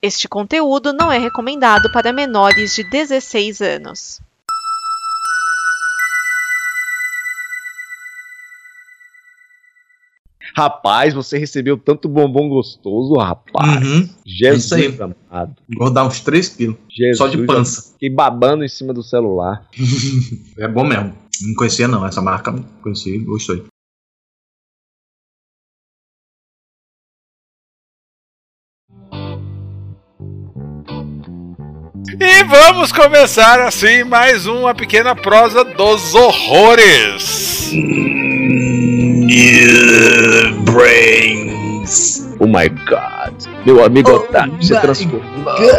Este conteúdo não é recomendado para menores de 16 anos. Rapaz, você recebeu tanto bombom gostoso, rapaz. Uhum. Jesus Isso aí. amado. Engordar uns 3 quilos. Jesus, Só de pança. eu Fiquei babando em cima do celular. É bom mesmo. Não conhecia não essa marca. não Conheci, gostei. E vamos começar assim mais uma pequena prosa dos horrores. Brains. Oh my god. Meu amigo Oh Otávio se my transformou.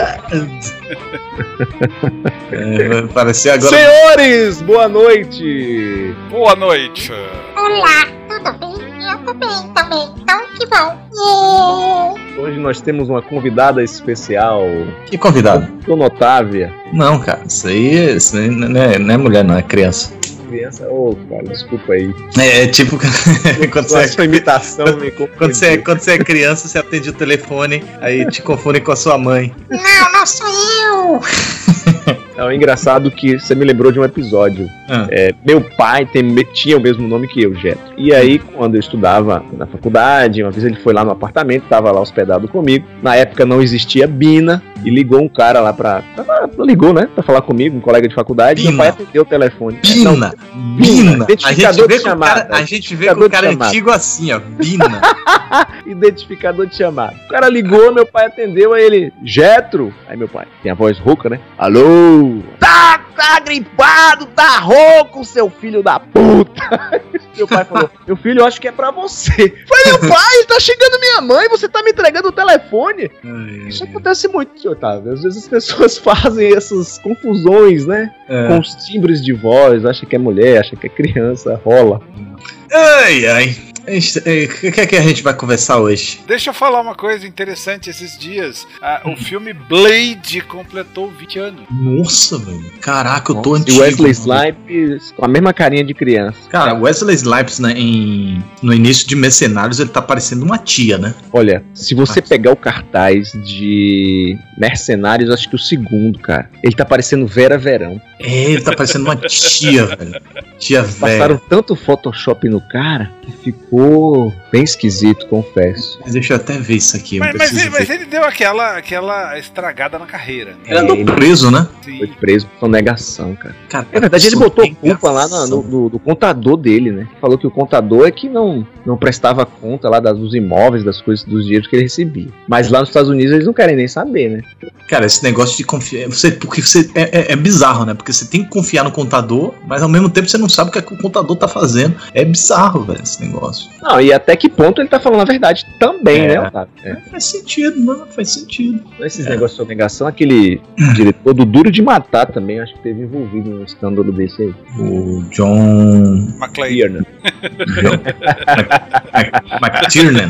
É, vai parecer agora. Senhores, boa noite. Boa noite. Olá, tudo bem? Eu tô bem também, então que bom. Yeah. Hoje nós temos uma convidada especial, é Que convidado? Dona Otávia. Não, cara. Isso aí, isso aí não, é, não é mulher, não. É criança. Criança, ô, cara, desculpa aí. É, é tipo. quando Sua, você é sua imitação me confundiu. Quando você, é, quando você é criança, você atende o telefone, aí te confundem com a sua mãe. Não, não sou eu. Não, é engraçado que você me lembrou de um episódio. Ah. É, meu pai tem- me- tinha o mesmo nome que eu, Getro. E aí, quando eu estudava na faculdade, uma vez ele foi lá no apartamento, estava lá hospedado comigo. Na época não existia Bina, e ligou um cara lá pra. pra- ligou, né? Pra falar comigo, um colega de faculdade. Bina. Meu pai atendeu o telefone. Então, Não, Bina! Então, Bina! A gente Identificador vê de com o chamada. cara, a gente vê com o Identificador de cara chamada. antigo assim, ó. Bina! identificador de chamada. O cara ligou, meu pai atendeu, aí ele, Getro. Aí meu pai, tem a voz rouca, né? Alô? Tá, tá gripado, tá rouco, seu filho da puta. Meu pai falou, meu filho, eu acho que é pra você. Eu Falei, meu pai, tá chegando minha mãe, você tá me entregando o telefone. Isso acontece muito, senhor Otávio. Às vezes as pessoas fazem essas confusões, né? Com É. os timbres de voz, acha que é mulher, acha que é criança, rola. Ai, ai. Isso- é, O que é que a gente vai conversar hoje? Deixa eu falar uma coisa interessante esses dias. ah, o filme Blade completou 20 anos. Nossa, velho. Caraca, eu tô e antigo. Wesley mano. Snipes com a mesma carinha de criança. Cara, Wesley Snipes né, em- no início de Mercenários, ele tá parecendo uma tia, né? Olha, se você pegar o cartaz de Mercenários, acho que o segundo, cara, ele tá parecendo Vera Verão. É, ele tá parecendo uma tia, velho. Tia Passaram velha. tanto Photoshop no cara que ficou bem esquisito, confesso. Deixa eu até ver isso aqui. eu Mas, mas preciso ele, mas ver. ele deu aquela, aquela estragada na carreira. Né? Ele andou preso, né? Foi Sim. preso por negação, cara. Cara, Na É verdade, ele botou sonegação. culpa lá na- no, do, do contador dele, né? Falou que o contador é que não, não prestava conta lá das- dos imóveis, das coisas, dos dinheiros que ele recebia. Mas lá nos Estados Unidos eles não querem nem saber, né? Cara, esse negócio de confiar. Você, porque você, é, é- é bizarro, né? Porque você tem que confiar no contador, mas ao mesmo tempo você não sabe o que, é que o contador tá fazendo. É bizarro, velho, esse negócio. Não, e até que ponto ele tá falando a verdade também, É. né, Otávio? É. Faz sentido, não, faz sentido. Não, Esses É. negócios de sonegação, aquele diretor do Duro de Matar também, acho que teve envolvido num escândalo desse aí. né? O John. McLean. John Mac- Mac- McTiernan.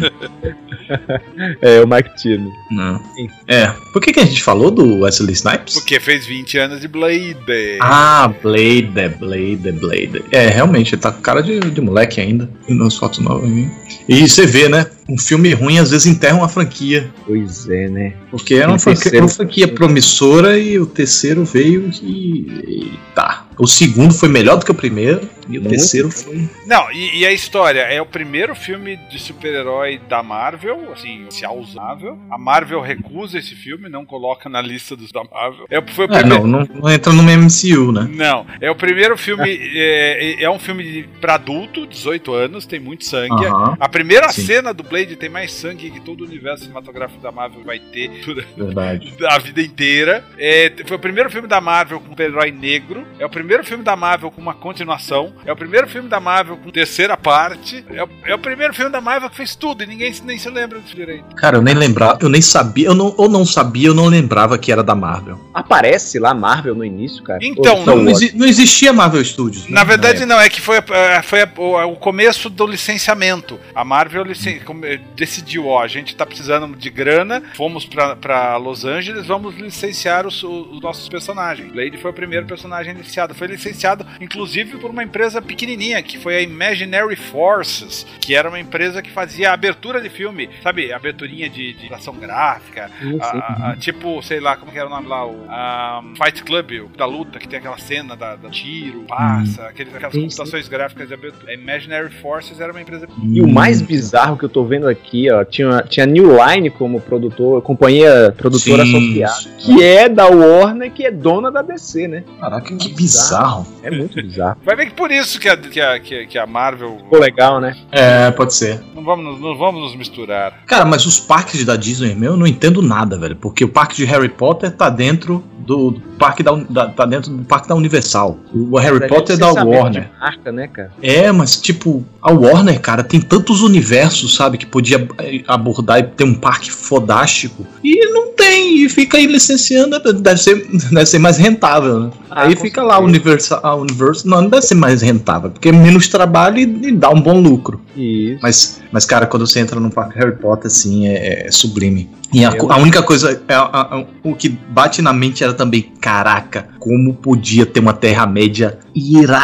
É, o Mike Tino. Não. É. Por que, que a gente falou do Wesley Snipes? Porque fez 20 anos de Blade. Ah, Blade, Blade, Blade. É, realmente, ele tá com cara de, de moleque ainda. Nas fotos novas. hein? E você vê, né? Um filme ruim às vezes enterra uma franquia. Pois é, né? Porque era uma Um franquia, terceiro. uma franquia promissora e o terceiro veio e, e tá. O segundo foi melhor do que o primeiro e o Muito. terceiro foi. Não, e, e a história? É o primeiro filme de super-herói da Marvel, assim, oficialzável. A Marvel recusa esse filme, não coloca na lista dos da Marvel. É, foi o Ah, primeiro- não, não, não entra no MCU, né? Não, é o primeiro filme. é, é um filme de- pra adulto, 18 anos, tem muito É sangue. Aham, A primeira Sim. cena do Blade tem mais sangue que todo o universo cinematográfico da Marvel vai ter durante verdade. a vida inteira. É, foi o primeiro filme da Marvel com um herói negro. É o primeiro filme da Marvel com uma continuação. É o primeiro filme da Marvel com terceira parte. É o, é o primeiro filme da Marvel que fez tudo e ninguém se- nem se lembra disso direito. Cara, eu nem lembrava, eu nem sabia, eu não, ou não sabia, eu não lembrava que era da Marvel. Aparece lá Marvel no início, cara. Então, Ou Star Não, Wars. exi- não existia Marvel Studios. né? Na verdade, época. não, é que foi, a- a- foi a- o- o começo do licenciamento. A Marvel licen- come- decidiu: ó, a gente tá precisando de grana, fomos pra, pra Los Angeles, vamos licenciar os, os nossos personagens. Blade foi o primeiro personagem licenciado. Foi licenciado, inclusive, por uma empresa empresa pequenininha, que foi a Imaginary Forces, que era uma empresa que fazia abertura de filme, sabe? Aberturinha de, de ação gráfica, a- Ah, a- a- tipo, sei lá, como que era o nome lá? O, a, Fight Club, o da luta, que tem aquela cena da, da tiro, passa, aqueles- aquelas Hum. Sim, computações gráficas de abertura. A Imaginary Forces era uma empresa E o mais Hum, bizarro que eu tô vendo aqui, ó, tinha, tinha New Line como produtor, companhia produtora associada, que é da Warner, que é dona da DC, né? Caraca, que bizarro. É muito bizarro. Vai ver que por isso que a, que a, que a- que a Marvel. Ficou legal, né? É, pode ser. Não vamos, nos- não vamos nos misturar. Cara, mas os parques da Disney, meu, eu não entendo nada, velho. Porque o parque de Harry Potter tá dentro do do parque da, Un- da- tá dentro do parque da Universal. O Harry Potter é da Licenciamento Warner. De marca, né, cara? É, mas tipo, a Warner, cara, tem tantos universos, sabe, que podia eh, abordar e ter um parque fodástico. E não tem, e fica aí licenciando, eh, deve ser, deve ser mais rentável, né? Ah, aí com fica lá a certeza. Universal, a Universal, não, não deve ser mais rentável, porque é menos trabalho e, e dá um bom lucro. Isso. Mas, mas cara, quando você entra no parque Harry Potter, assim, é, é sublime. E a, Eu- co- a única coisa, é a- a- a- o que bate na mente era também, caraca, como podia ter uma Terra-média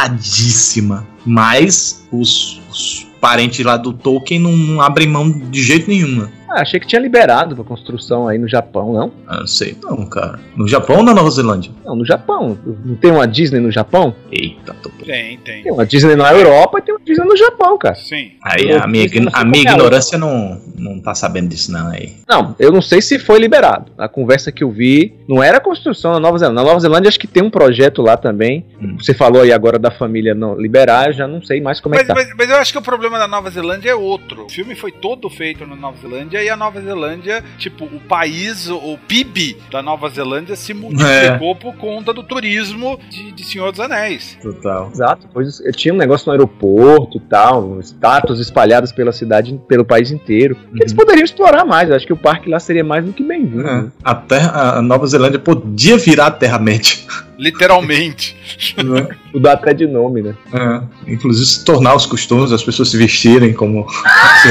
iradíssima. Mas os, os parentes lá do Tolkien não, não abrem mão de jeito nenhum, né? Ah, achei que tinha liberado pra construção aí no Japão, não? Ah, não sei não, cara. No Japão ou na Nova Zelândia? Não, no Japão. Não tem uma Disney no Japão? Eita, tô... Tem, tem. Tem uma Disney na Europa e tem uma Disney no Japão, cara. Sim. Aí a minha, ign- a minha ignorância não, não tá sabendo disso não aí. Não, eu não sei se foi liberado. A conversa que eu vi não era construção na Nova Zelândia. Na Nova Zelândia acho que tem um projeto lá também. Hum. Você falou aí agora da família não liberar, eu já não sei mais como é Mas, que tá. mas- mas eu acho que o problema da Nova Zelândia é outro. O filme foi todo feito na Nova Zelândia e a Nova Zelândia, tipo, o país, o PIB da Nova Zelândia É. se multiplicou por conta do turismo de, de Senhor dos Anéis. Total. Exato, pois eu tinha um negócio no aeroporto e tal, estátuas espalhadas pela cidade, pelo país inteiro. Eles Uhum. poderiam explorar mais, eu acho que o parque lá seria mais do que bem-vindo. É, A, terra, a Nova Zelândia podia virar a Terra-média. Literalmente. não é? Mudar até de nome, né? É, inclusive se tornar os costumes, as pessoas se vestirem como.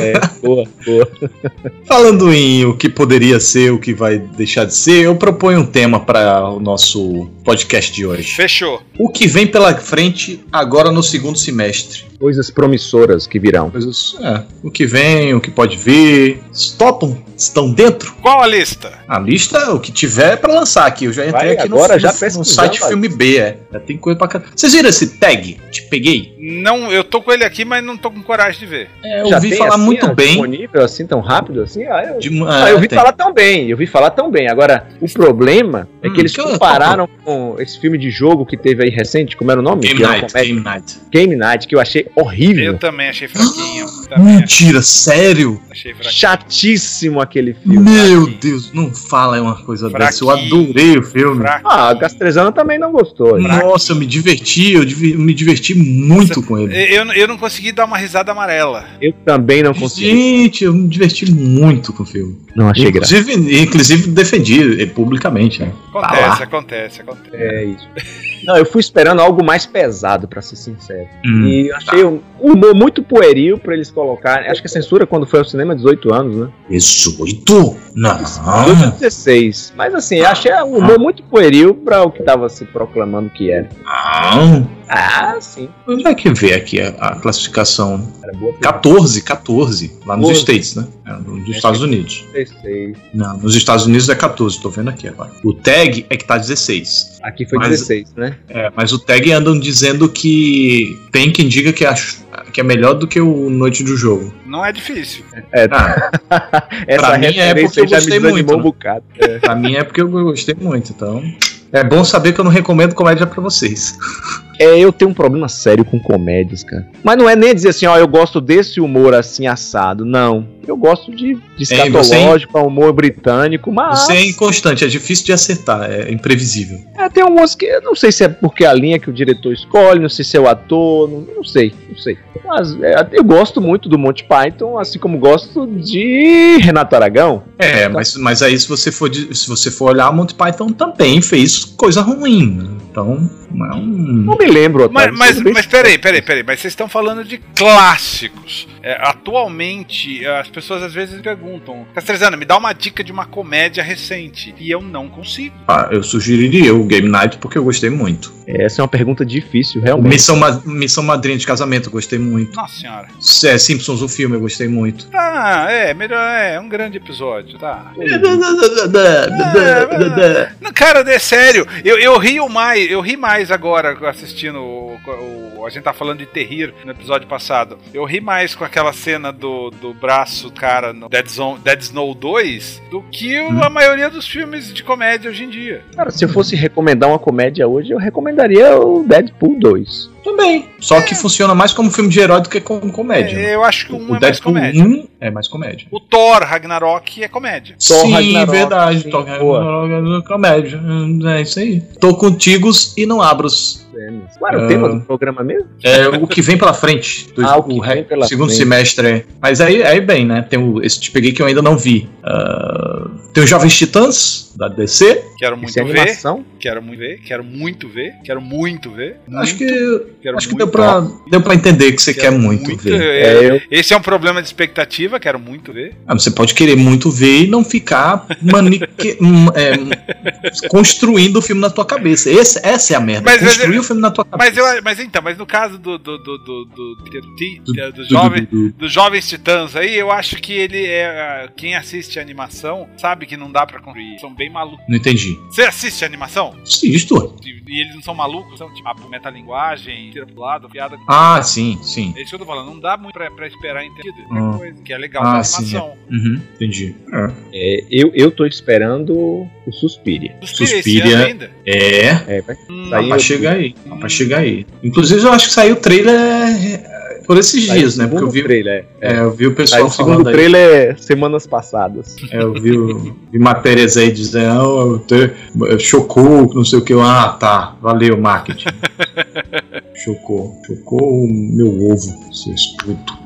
É, Boa, boa. Falando em o que poderia ser, o que vai deixar de ser, eu proponho um tema para o nosso podcast de hoje. Fechou. O que vem pela frente agora no segundo semestre? Coisas promissoras que virão. Coisas, é, o que vem, o que pode vir, estopam, estão dentro. Qual a lista? A lista, o que tiver é pra lançar aqui. Eu já entrei Vai, aqui agora no, já no, no pesquisando, site vai. Filme B, é. Já tem coisa pra caramba. Vocês viram esse tag? Te peguei? Não, eu tô com ele aqui, mas não tô com coragem de ver. É, eu Já ouvi tem falar assim, muito ó, bem. Disponível assim, tão rápido assim? Ah, eu, De, é, Ah, eu vi tem. falar tão bem, eu vi falar tão bem. Agora, o problema é Hum, que eles que eu- compararam com esse filme de jogo que teve aí recente, como era o nome? Game Que era uma Night, comédia. Game Night. Game Night, que eu achei Eu horrível. também achei fraquinho. Também Mentira, sério? achei fraquinho. Chatíssimo aquele filme. Meu Fraquinho. Deus, não fala uma coisa Fraquinho. dessa. Eu adorei o filme. Fraquinho. Ah, a Castrezana também não gostou. né? Nossa, eu me diverti, eu divi- me diverti muito com ele. Eu, eu não consegui dar uma risada amarela. Eu também não consegui. Gente, eu me diverti muito com o filme. Não achei graça. Inclusive, inclusive defendi eh, publicamente, né? Acontece, lá. acontece, acontece. É isso. Não, eu fui esperando algo mais pesado, pra ser sincero. Hum. E eu achei um humor muito pueril pra eles colocarem. Acho que a censura quando foi ao cinema 18 anos, né? 18? Não. 2016. Mas assim, eu achei um Ah. humor muito pueril pra o que tava se proclamando que era. Não. Ah, sim. Onde vai que vê aqui a, a classificação? Era boa 14, 14. Lá nos 14. States, né? É, nos Estados Unidos. 16. Não, nos Estados Unidos é 14, tô vendo aqui agora. O tag é que tá 16. Aqui foi Mas- 16, né? É, mas o tag andam dizendo que tem quem diga que, acho, que é melhor do que o Noite do Jogo. Não é difícil. Ah, Essa mim é referência porque eu aí já me gostei desanimou muito, um né? bocado. pra mim é porque eu gostei muito, então. É bom saber que eu não recomendo comédia pra vocês. É, eu tenho um problema sério com comédias, cara. Mas não é nem dizer assim, ó, eu gosto desse humor assim assado. Não. Eu gosto de, de É, e você- escatológico, um humor britânico, mas Você é inconstante, é difícil de acertar, é imprevisível. é, tem umas que. eu Não sei se é porque a linha que o diretor escolhe, não sei se é o ator, não, não sei, não sei. Mas é, eu gosto muito do Monty Python, assim como gosto de Renato Aragão. É, mas, mas aí se você for de- se você for olhar, Monty Python também fez coisa ruim. né? Então, não é um. Não me nem lembro, Mas, Otávio. mas, Tudo bem. mas peraí, peraí, peraí. Mas vocês estão falando de clássicos. É, atualmente, as pessoas às vezes perguntam: Castrezana, me dá uma dica de uma comédia recente. E eu não consigo. Ah, eu sugeriria o Game Night porque eu gostei muito. Essa é uma pergunta difícil, O realmente. Missão, Ma- Missão Madrinha de Casamento eu gostei muito. Nossa senhora. É, Simpsons, o filme, eu gostei muito. Ah, é, melhor. É um grande episódio, tá? É. É, Não, Cara, é sério, eu, eu rio mais, eu ri mais agora assistindo o, o- A gente tá falando de terrir no episódio passado. Eu ri mais com aquela cena do, do braço, do cara, no Dead, Zone, Dead Snow 2 do que Hum. o- a maioria dos filmes de comédia hoje em dia. Cara, se eu fosse recomendar uma comédia hoje, eu recomendaria o Deadpool 2. Também. Só que funciona mais como filme de herói do que como comédia. né? É, eu acho que um o é mais Deadpool comédia. 1 é mais comédia. O Thor Ragnarok é comédia. Thor sim, Ragnarok, verdade. sim, Thor boa. Ragnarok é comédia. Hum, É isso aí. Tô contigo e não abros. Qual era o Ah. tema do programa mesmo? É o que vem pela frente. Do, Ah, o que re- vem pela segundo frente. semestre. é. Mas aí, aí bem, né? Tem o, esse te peguei que eu ainda não vi. Ah, tem os Jovens Titãs, da DC. Quero muito Isso é ver, animação? quero muito ver, quero muito ver, quero muito ver. acho muito, que, quero acho que muito deu, pra, deu pra entender que você Quero quer muito, ver. ver. É, eu, Esse é um problema de expectativa, quero muito ver. Ah, você pode querer muito ver e não ficar manique- hum, é, construindo o filme na tua cabeça. Esse- essa é a merda. Mas- mas Construir eu- o filme na tua cabeça. Mas, eu, mas então, mas no caso do, do, do, do, do, do- ti- da- é do Du- jovem. du- du- Dos jovens titãs aí, eu acho que ele é. ah, Quem assiste animação sabe que não dá pra construir. São bem malucos. Não entendi. Você assiste animação? Assisto. E e eles não são malucos, são tipo a metalinguagem, tira pro lado, piada. Ah, sim, sim. É isso que eu tô falando, não dá muito pra, pra esperar entender. Hum. coisa Que é legal Ah, na sim, animação. Uhum, entendi. é, eu, eu tô esperando o Suspiria. Suspira esse é. Suspiria. ano ainda. É, É, vai Hum, dá Aí pra eu- chegar aí. Dá pra chegar aí. Inclusive, eu acho que saiu o trailer é, por esses sair dias, o né? Porque eu segundo vi, Trailer, é. é, eu vi o Aí pessoal o segundo falando aí. trailer é semanas passadas. É, eu vi, o- vi matérias aí dizendo, "Ah, o te- chocou, não sei o que. Ah, tá, valeu, marketing. chocou, chocou o meu ovo, seus putos.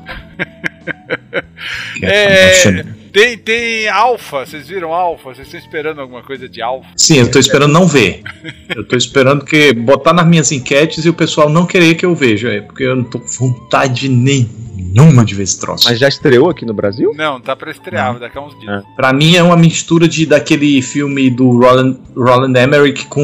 Que É. tá achando- Tem, tem Alpha, vocês viram Alpha? Vocês estão esperando alguma coisa de Alpha? Sim, eu tô esperando não ver. Eu tô esperando que botar nas minhas enquetes e o pessoal não querer que eu veja, é, porque eu não tô com vontade nenhuma de ver esse troço. Mas já estreou aqui no Brasil? Não, tá pra estrear, daqui a uns dias. Pra mim é uma mistura de daquele filme do Roland, Roland Emmerich com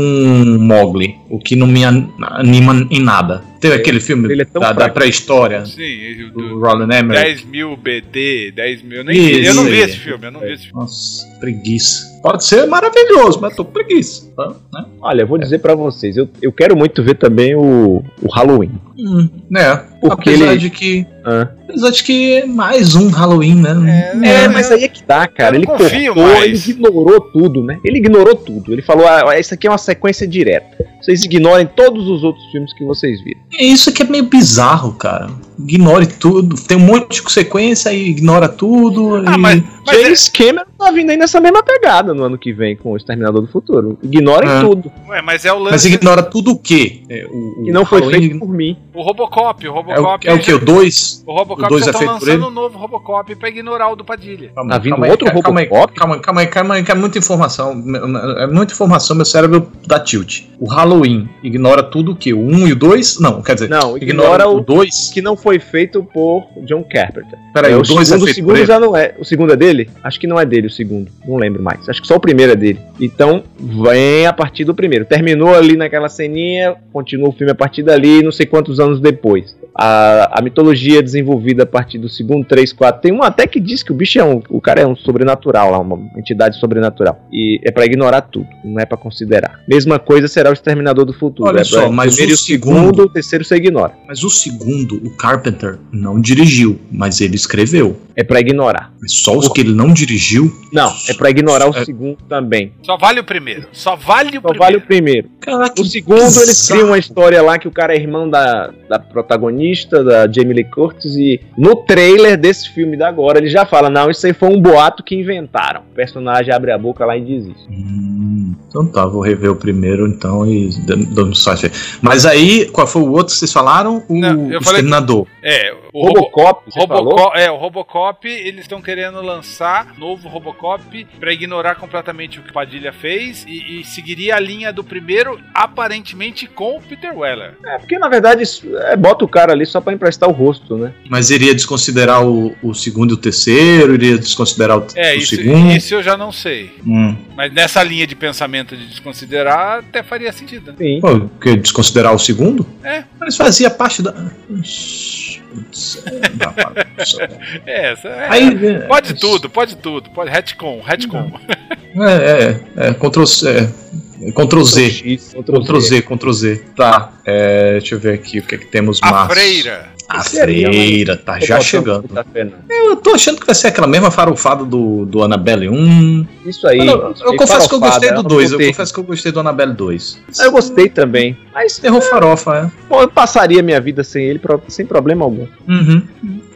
Mowgli, o que não me an- anima em nada. Tem aquele filme ele é tão da, da fraco. Uhum. pré-história Sim, e o do, do Roland Emmerich. 10 mil BD, 10 mil. Eu, nem vi, eu Isso não vi aí. esse filme, eu não vi esse filme. Nossa, preguiça. Pode ser maravilhoso, mas tô com preguiça. tá? Né? Olha, eu vou dizer pra vocês, eu, eu quero muito ver também o, o Halloween. Hum, é. Porque Apesar ele- de que. Ah. Apesar de que é mais um Halloween, né? É, eu- mas aí é que tá, cara. eu Ele não confio cortou, mais. ele ignorou tudo, né? Ele ignorou tudo. Ele falou: ah, isso aqui é uma sequência direta. Vocês ignorem todos os outros filmes que vocês viram. É Isso que é meio bizarro, cara. Ignore tudo. Tem um monte de sequência e ignora tudo. Ah, e- mas, mas é, James Cameron tá vindo aí nessa mesma pegada no ano que vem com o Exterminador do Futuro. Ignorem Ah. tudo. ué, mas é o Mas lance. ignora tudo o quê? É, o, o Que não foi Halloween feito por mim. O Robocop, o É o, Robocop. é o que? O 2? O Robocop O dois já é estão feito por ele? lançando um novo Robocop pra ignorar o do Padilha. Tá vindo outro calma aí, Robocop? calma, calma aí, calma aí, que é muita informação. É muita informação, meu cérebro dá tilt. O Halloween ignora tudo o quê? O 1 um e o 2? Não, quer dizer, Não, ignora, ignora o o 2? que não foi feito por John Carpenter. Peraí, É, o o 2 é segundo, o feito por segundo ele? já não é. O segundo é dele? Acho que não é dele o segundo. Não lembro mais. Acho que só o primeiro é dele. Então, vem a partir do primeiro. Terminou ali naquela ceninha, continua o filme a partir dali, não sei quantos anos depois. A, a mitologia é desenvolvida a partir do segundo, três, quatro. Tem um até que diz que o bicho é um. O cara é um sobrenatural lá, uma entidade sobrenatural. E é pra ignorar tudo, não é pra considerar. Mesma coisa será o Exterminador do Futuro. Olha é pra- só, mas o primeiro e segundo- o terceiro você ignora. Mas o segundo, o Carpenter, não dirigiu, mas ele escreveu. É pra ignorar. Mas Só os que ele não dirigiu? Não, é pra ignorar o É. segundo também. Só vale o primeiro. Só vale o Só primeiro. vale o primeiro. Caraca, O segundo, eles bizarro. criam uma história lá que o cara é irmão da, da protagonista, da Jamie Lee Curtis, e no trailer desse filme da agora, ele já fala, não, isso aí foi um boato que inventaram. O personagem abre a boca lá e diz isso. Hum, Hum, então tá, vou rever o primeiro então e dando dando sorte. Mas aí, qual foi o outro que vocês falaram? O Não, eu falei Exterminador. É, o Robo- Robocop, você falou? Robocop, é, o Robocop, eles estão querendo lançar novo Robocop pra ignorar completamente o que Padilha fez e, e seguiria a linha do primeiro, aparentemente com o Peter Weller. É, porque na verdade isso- é, bota o cara ali só pra emprestar o rosto, né? Mas iria desconsiderar o, o segundo e o terceiro? Iria desconsiderar o, É, o isso, segundo? isso eu já não sei. Hum. Mas nessa linha de pensamento de desconsiderar, até faria sentido. né? Sim. Pô, o quê? desconsiderar o segundo? É. Mas fazia parte da. Putz, é uma bagunça. É, essa- é. Aí, né, Pode tudo, pode tudo. Pode retcon, retcon. É, é, é. Ctrl C. É, Ctrl Z. X, Ctrl Ctrl Z, Ctrl Z. Tá. é, deixa eu ver aqui o que é que temos A mais. freira. A Esse aí é uma- freira, tá já Botando chegando. puta fé, não. Eu tô achando que vai ser aquela mesma farofada do, do Annabelle 1. Isso aí. eu não- isso eu aí, confesso que eu farofada, gostei do Ah, 2. Eu gostei. confesso que eu gostei do Annabelle 2. Eu gostei também. Mas Terror farofa, é. bom, eu passaria minha vida sem ele pro- sem problema algum. Uhum.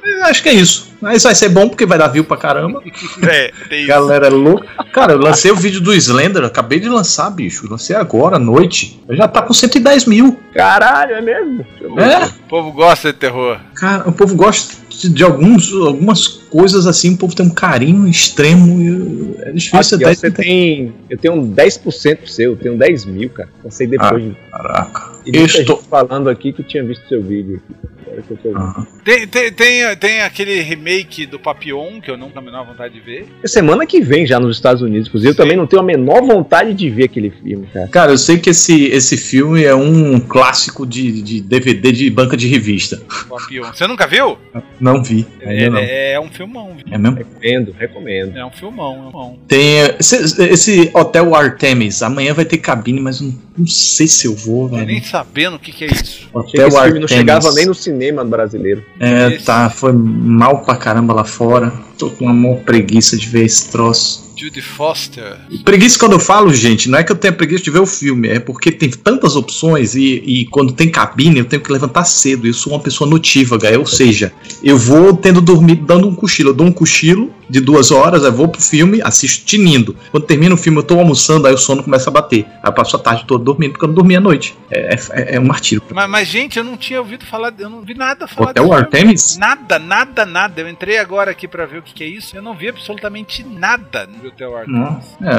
Eu Acho que é isso. Mas vai ser bom porque vai dar view pra caramba. É, tem isso. Galera é louca. Cara, eu lancei o vídeo do Slender, acabei de lançar, bicho. Lancei agora à noite. Eu já tá com 110 mil. Caralho, é mesmo? Deixa eu ver. É? O povo gosta de terror. Cara, o povo gosta de, de alguns, algumas coisas assim. O povo tem um carinho extremo. e eu- É difícil Aqui, ó, até. você tem. Eu tenho um 10% seu, eu tenho 10 mil, cara. Passei depois de. Caraca. E muita Estou. gente falando aqui que tinha visto seu vídeo. Agora que eu tô vendo. Ah. Tem, tem, tem, tem aquele remake do Papillon, que eu não tenho a menor vontade de ver. É semana que vem já nos Estados Unidos, inclusive. Eu também não tenho a menor vontade de ver aquele filme, cara. Cara, eu sei que esse, esse filme é um clássico de, de DVD de banca de revista. Papillon. Você nunca viu? Não vi. é, Ainda não. é um filmão, viu? É mesmo? Recomendo, recomendo. É um filmão, é um filmão. Tem eh, esse, esse hotel Artemis. Amanhã vai ter cabine, mas não, não sei se eu vou, Tô nem velho. sabendo o que, que é isso. Achei que Hotel esse filme não chegava nem no cinema brasileiro. É, tá. Foi mal pra caramba lá fora. Tô com uma maior preguiça de ver esse troço. Judy Foster. Preguiça quando eu falo, gente, não é que eu tenha preguiça de ver o filme, é porque tem tantas opções e, e quando tem cabine eu tenho que levantar cedo. Eu sou uma pessoa notívaga, é, ou seja, eu vou tendo dormido, dando um cochilo. Eu dou um cochilo de duas horas, eu vou pro filme, assisto tinindo. Quando termina o filme, eu tô almoçando, aí o sono começa a bater. Aí eu passo a tarde toda dormindo, porque eu não dormi à noite. É, é- é um martírio. Mas, mas, gente, eu não tinha ouvido falar, eu não vi nada falar Hotel filme. Artemis? Nada, nada, nada. Eu entrei agora aqui pra ver o que, que é isso. Eu não vi absolutamente nada no Hotel Artemis. Nossa. É,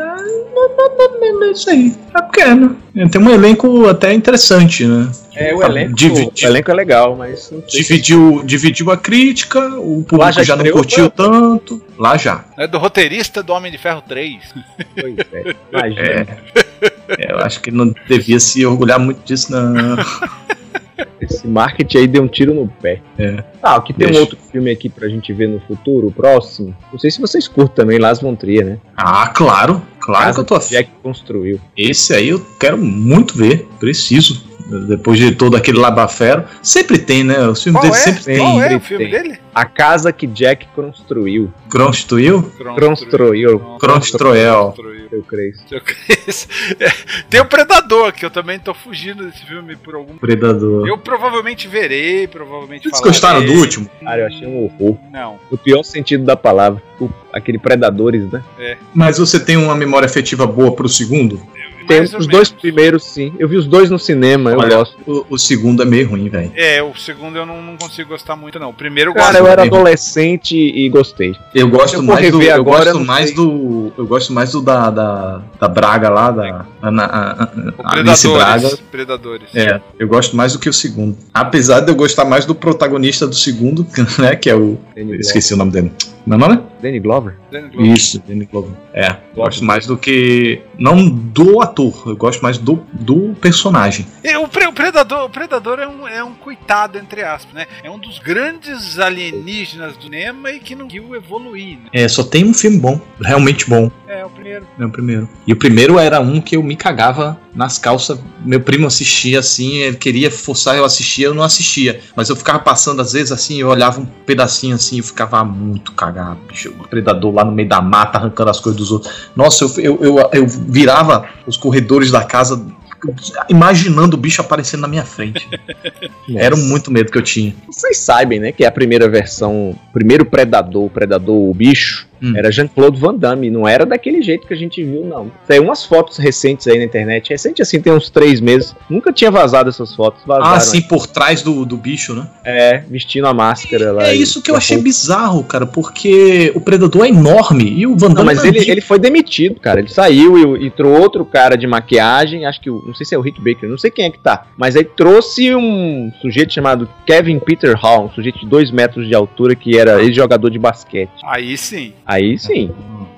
é, é, é isso aí. É pequeno. Tem um elenco até interessante, né? É, o Tá, elenco. dividiu. O elenco é legal, mas. Não sei se- Dividiu, dividiu a crítica, o Lá público já já não estreou, curtiu tanto. Lá já. É do roteirista do Homem de Ferro 3. Pois é, imagina. É, eu acho que ele não devia se orgulhar muito disso, não. Esse marketing aí deu um tiro no pé. É. Ah, aqui tem um Deixa. outro filme aqui pra gente ver no futuro, o próximo. Não sei se vocês curtem também, Las Trier, né? Ah, claro. Claro que eu tô afim. Jack construiu. Esse aí eu quero muito ver. Preciso. Depois de todo aquele labafero. Sempre tem, né? Os filmes Qual dele é? sempre tem. Qual é o tem. filme dele? A casa que Jack construiu. Constituiu? Construiu, Construel. Construiu. eu creio. É, Tem o Predador, que eu também tô fugindo desse filme por algum. Predador. Eu provavelmente verei, provavelmente Vocês gostaram do falarei. último? Cara, eu achei um horror. Não. No pior sentido da palavra. O- aquele predadores, né? Mas você tem uma memória afetiva boa pro segundo? Tem Mais ou os dois menos. primeiros, sim. Eu vi os dois no cinema, eu Olha, gosto. O, o segundo é meio ruim, velho. É, o segundo eu não, não consigo gostar muito, não. O primeiro eu Cara, gosto. eu era mesmo. adolescente e gostei. Eu gosto eu for mais do. rever Eu agora, eu gosto não mais sei. do. Eu gosto mais do da. Da, da Braga lá, da. Ana- a- a- O a Alice Braga. Predadores. Predadores. É, eu gosto mais do que o segundo. Apesar de eu gostar mais do protagonista do segundo, né? Que é o. Danny eu Esqueci o nome dele. Meu nome? Glover. Danny Glover? Danny Glover. Isso, Danny Glover. É, gosto mais do que. Não do ator, eu gosto mais do, do personagem. E o, pre- o Predador, o Predador é, um, é um coitado, entre aspas, né? É um dos grandes alienígenas do cinema e que não viu evoluir. Né? É, só tem um filme bom, realmente bom. É, o primeiro. Né, É o primeiro. E o primeiro era um que eu me cagava nas calças. Meu primo assistia assim, ele queria forçar, eu assistia, eu não assistia. Mas eu ficava passando às vezes assim, eu olhava um pedacinho assim e ficava muito cagado, bicho. O predador lá no meio da mata, arrancando as coisas dos outros. Nossa, eu, eu, eu, eu virava os corredores da casa imaginando o bicho aparecendo na minha frente. Era um muito medo que eu tinha. Vocês sabem, né, que a primeira versão, o primeiro Predador, o Predador, o bicho, Hum. era Jean-Claude Van Damme. Não era daquele jeito que a gente viu, não. Tem umas fotos recentes aí na internet. Recente, assim, tem uns três meses. Nunca tinha vazado essas fotos. Vazaram. Ah, sim, por trás do, do bicho, né? É, vestindo a máscara lá. É e- isso que eu a achei roupa. bizarro, cara, porque o Predador é enorme e o Van Não, Damme mas é ele, de- ele foi demitido, cara. Ele saiu e, o- e entrou outro cara de maquiagem. Acho que, o- não sei se é o Rick Baker, não sei quem é que tá. Mas aí trouxe um sujeito chamado Kevin Peter Hall, um sujeito de dois metros de altura que era ex-jogador de basquete. Aí sim. Aí sim.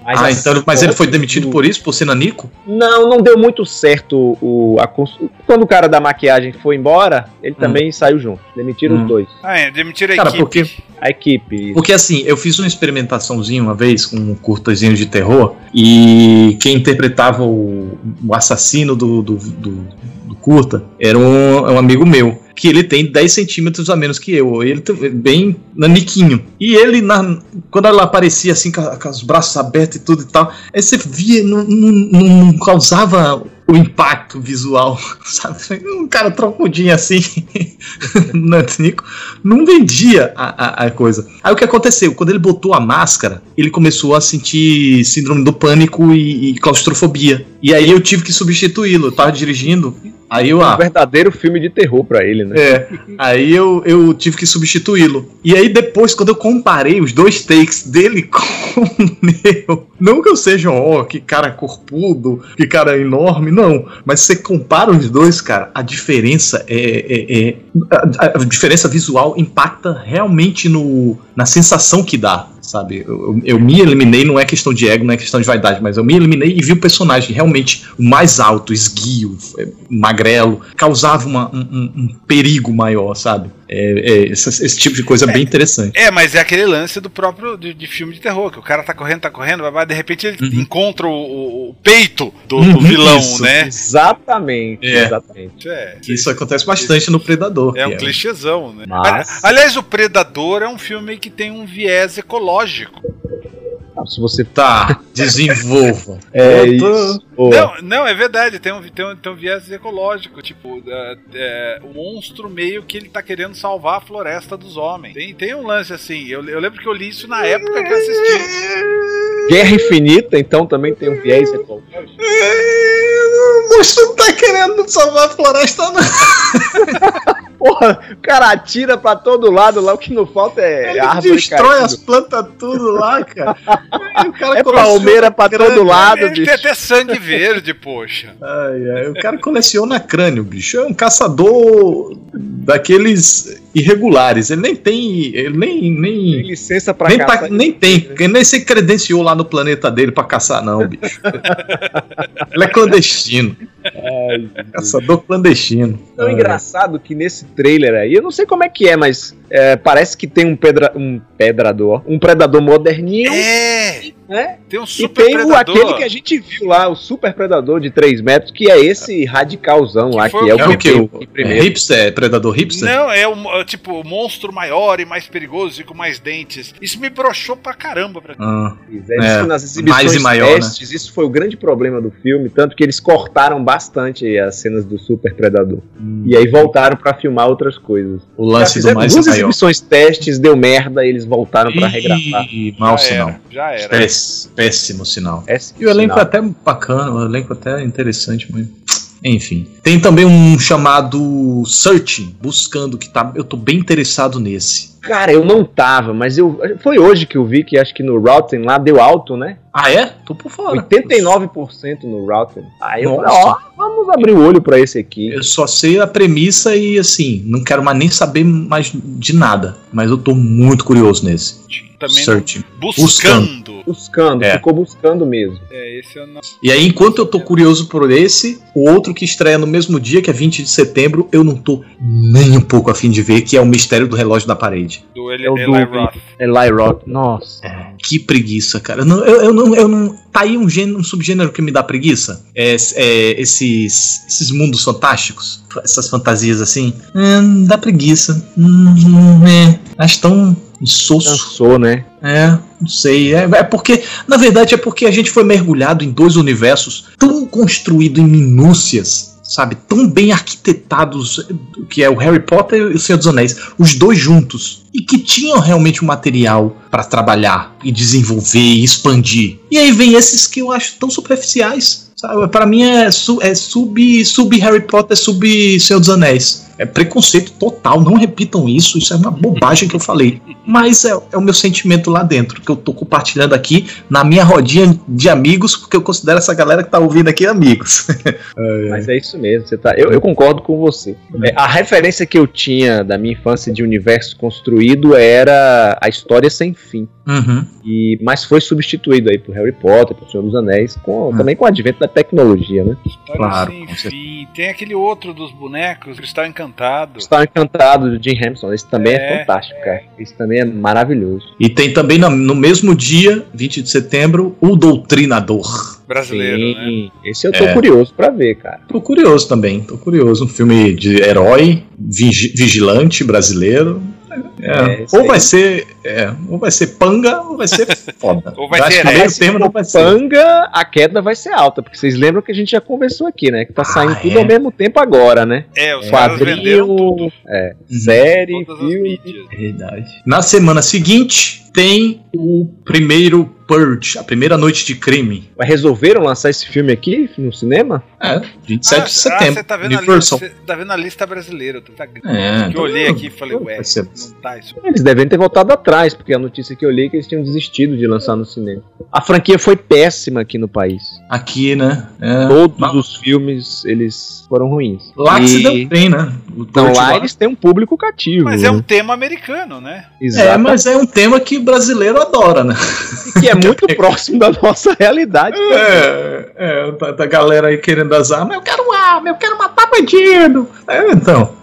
Mas Ah, a- então, mas ele foi demitido por isso, por ser nanico? Não, não deu muito certo o, a cons- Quando o cara da maquiagem foi embora, ele também saiu junto. Demitiram Hum. os dois. Ah, é, demitiram a Cara, equipe. porque- A equipe. Porque assim, eu fiz uma experimentaçãozinha uma vez com um curtazinho de terror e quem interpretava o, o assassino do, do, do- do curta era um, um amigo meu. Que ele tem 10 centímetros a menos que eu. Ele tem- bem naniquinho. E ele, na- quando ela aparecia assim, com, a- com os braços abertos e tudo e tal, aí você via, não, não- não- não causava o impacto visual, sabe? Um cara troncudinho assim, nanico não vendia a, a- a coisa. Aí o que aconteceu? Quando ele botou a máscara, ele começou a sentir síndrome do pânico e, e claustrofobia. E aí eu tive que substituí-lo. Eu tava dirigindo, aí eu. Um Ah, verdadeiro filme de terror pra ele, né? é, aí eu, eu tive que substituí-lo. E aí depois, quando eu comparei os dois takes dele com o meu, não que eu seja, um, ó, que cara corpudo, que cara enorme, não. Mas você compara os dois, cara, a diferença é. é- é- a, a diferença visual impacta realmente no, na sensação que dá, sabe? Eu, eu- eu me eliminei, não é questão de ego, não é questão de vaidade, mas eu me eliminei e vi o personagem realmente o mais alto, esguio, é, magrelo, causava uma- um, um- um perigo maior, sabe? É- é, esse, esse tipo de coisa é bem interessante. É, mas é aquele lance do próprio de, de filme de terror, que o cara tá correndo, tá correndo, vai, vai, de repente ele Uhum. encontra o, o- o peito do, do Uhum, vilão, isso, né? Exatamente, É. exatamente. Isso é, Isso acontece bastante no Predador. é um que clichêzão, né? Mas- Ali- Aliás, o Predador é um filme que tem um viés ecológico. Ah, Se você Tá, desenvolva. É Eu tô- isso. Pô, Não, não, é verdade, tem um, tem, um, tem um viés ecológico. Tipo, é, é, o monstro meio que ele tá querendo salvar a floresta dos homens. Tem, tem um lance assim, eu, eu lembro que eu li isso na época que eu assisti. Guerra Infinita, então, também tem um viés ecológico. O monstro não tá querendo salvar a floresta, não. Porra, o cara atira pra todo lado lá, o que não falta é Ele árvore destrói caindo. as plantas tudo lá, cara. E o cara É palmeira pra grande. todo lado, Ele bicho. tem até sangue verde, poxa. Ai, ai, é. o cara coleciona crânio, bicho. É um caçador daqueles irregulares. Ele nem tem. Ele nem. Tem Nem, licença pra nem, caçar. né? tá- nem tem. Ele nem se credenciou lá no planeta dele pra caçar, não, bicho. ele é clandestino. É. Caçador clandestino. É. Tão Então, Ai. engraçado que nesse trailer aí, eu não sei como é que é, mas é, parece que tem um pedra, um pedrador, um predador moderninho, É! um né? Tem um E super tem o, predador. aquele que a gente viu lá, o super predador de 3 metros, que é esse radicalzão lá, que foi é o o que- É o que que? veio O- aqui É primeiro. hipster? É predador hipster? Não, é o é, tipo o monstro maior e mais perigoso e com mais dentes. Isso me broxou pra caramba. Pra... Ah. É, diz É, que nas exibições mais e maior, né? testes, isso foi o grande problema do filme, tanto que eles cortaram bastante as cenas do Super Predador. E aí voltaram pra filmar outras coisas. hum. O lance do fizeram mais duas e maior. exibições testes, deu merda, e eles voltaram pra regravar. É, Ih, mau já sinal. era, já era. Péss- Péssimo sinal. Esse E o elenco é sinal. até bacana, o elenco é até interessante mesmo. Enfim. Tem também um chamado Searching, buscando, que tá. Eu tô bem interessado nesse. Cara, eu não tava, mas eu foi hoje que eu vi que acho que no Rotten lá deu alto, né? Ah, é? Tô por fora. 89% no Rotten. Aí eu falei, ó, Nossa. vamos abrir o olho pra esse aqui. Eu só sei a premissa e assim, não quero mais nem saber mais de nada. Mas eu tô muito curioso nesse. Também Searching. buscando. é Buscando, É. ficou buscando mesmo. É, esse eu não. E aí, enquanto eu tô curioso por esse, o outro que estreia no mesmo dia, que é 20 de setembro, eu não tô nem um pouco afim de ver, que é o Mistério do Relógio da Parede. Do Eli, É o do- Eli Roth. Eli Roth, É. nossa. Que preguiça, cara. Eu não- eu, eu não, eu não. Tá aí um, gênero, um subgênero que me dá preguiça. É, é, esses, esses mundos fantásticos. Essas fantasias assim. Hum, dá preguiça. Hum, é. Acho tão insosso. Cansou, né? É, não sei. É, é porque, na verdade, é porque a gente foi mergulhado em dois universos tão construídos em minúcias sabe? Tão bem arquitetados que é o Harry Potter e o Senhor dos Anéis, os dois juntos, e que tinham realmente o material para trabalhar e desenvolver e expandir. E aí vem esses que eu acho tão superficiais. sabe? Para mim é, su- é sub, sub Harry Potter, sub Senhor dos Anéis. É preconceito total, não repitam isso, isso é uma bobagem que eu falei. Mas é, é o meu sentimento lá dentro, que eu tô compartilhando aqui na minha rodinha de amigos, porque eu considero essa galera que tá ouvindo aqui amigos. Mas é isso mesmo, você tá, eu, eu concordo com você. É, a referência que eu tinha da minha infância de universo construído era a história sem fim. Uhum. E, mas foi substituído aí por Harry Potter, por Senhor dos Anéis, com- Ah. também com o advento da tecnologia, né? História Claro, sem com certeza. fim. assim, Tem aquele outro dos bonecos, Cristal Encantado. Está tá encantado do Jim Henson, esse também é, É. fantástico, cara. Esse também é maravilhoso. E tem também na- no mesmo dia, 20 de setembro, o Doutrinador. Brasileiro, né? Sim, esse eu tô É. curioso pra ver, cara. Tô curioso também, tô curioso. Um filme de herói, vigi- vigilante brasileiro. É, É, isso ou aí. vai ser. é, ou vai ser panga, ou vai ser foda. Ou vai Eu acho ser que meio herege. termo não vai ser. Panga, a queda vai ser alta, porque vocês lembram que a gente já conversou aqui, né? Que tá saindo Ah, tudo é? ao mesmo tempo agora, né? É, os caras venderam Quadrinho, tudo. é, Uhum. série, Todas as filme. mídias. Verdade. Na semana seguinte tem o primeiro Purge, a primeira noite de crime. Mas resolveram lançar esse filme aqui no cinema? É, 27 Ah, de setembro. Ah, você tá vendo, a lista, Universal. você tá vendo a lista brasileira. tu Tá... Que É, eu olhei aqui e falei, Vai ué, ser- não tá isso. Eles devem ter voltado atrás, porque a notícia que eu li é que eles tinham desistido de lançar no cinema. A franquia foi péssima aqui no país. Aqui, né? É. Todos Mas- os filmes, eles foram ruins. Lá que se E- deu bem, né? O Então Purge lá eles têm um público cativo. Mas é um né? tema americano, né? É, Exato. mas é um tema que brasileiro adora, né? Que é muito próximo da nossa realidade. É, é da, da galera aí querendo azar, mas eu quero arma, eu quero matar bandido. É, então.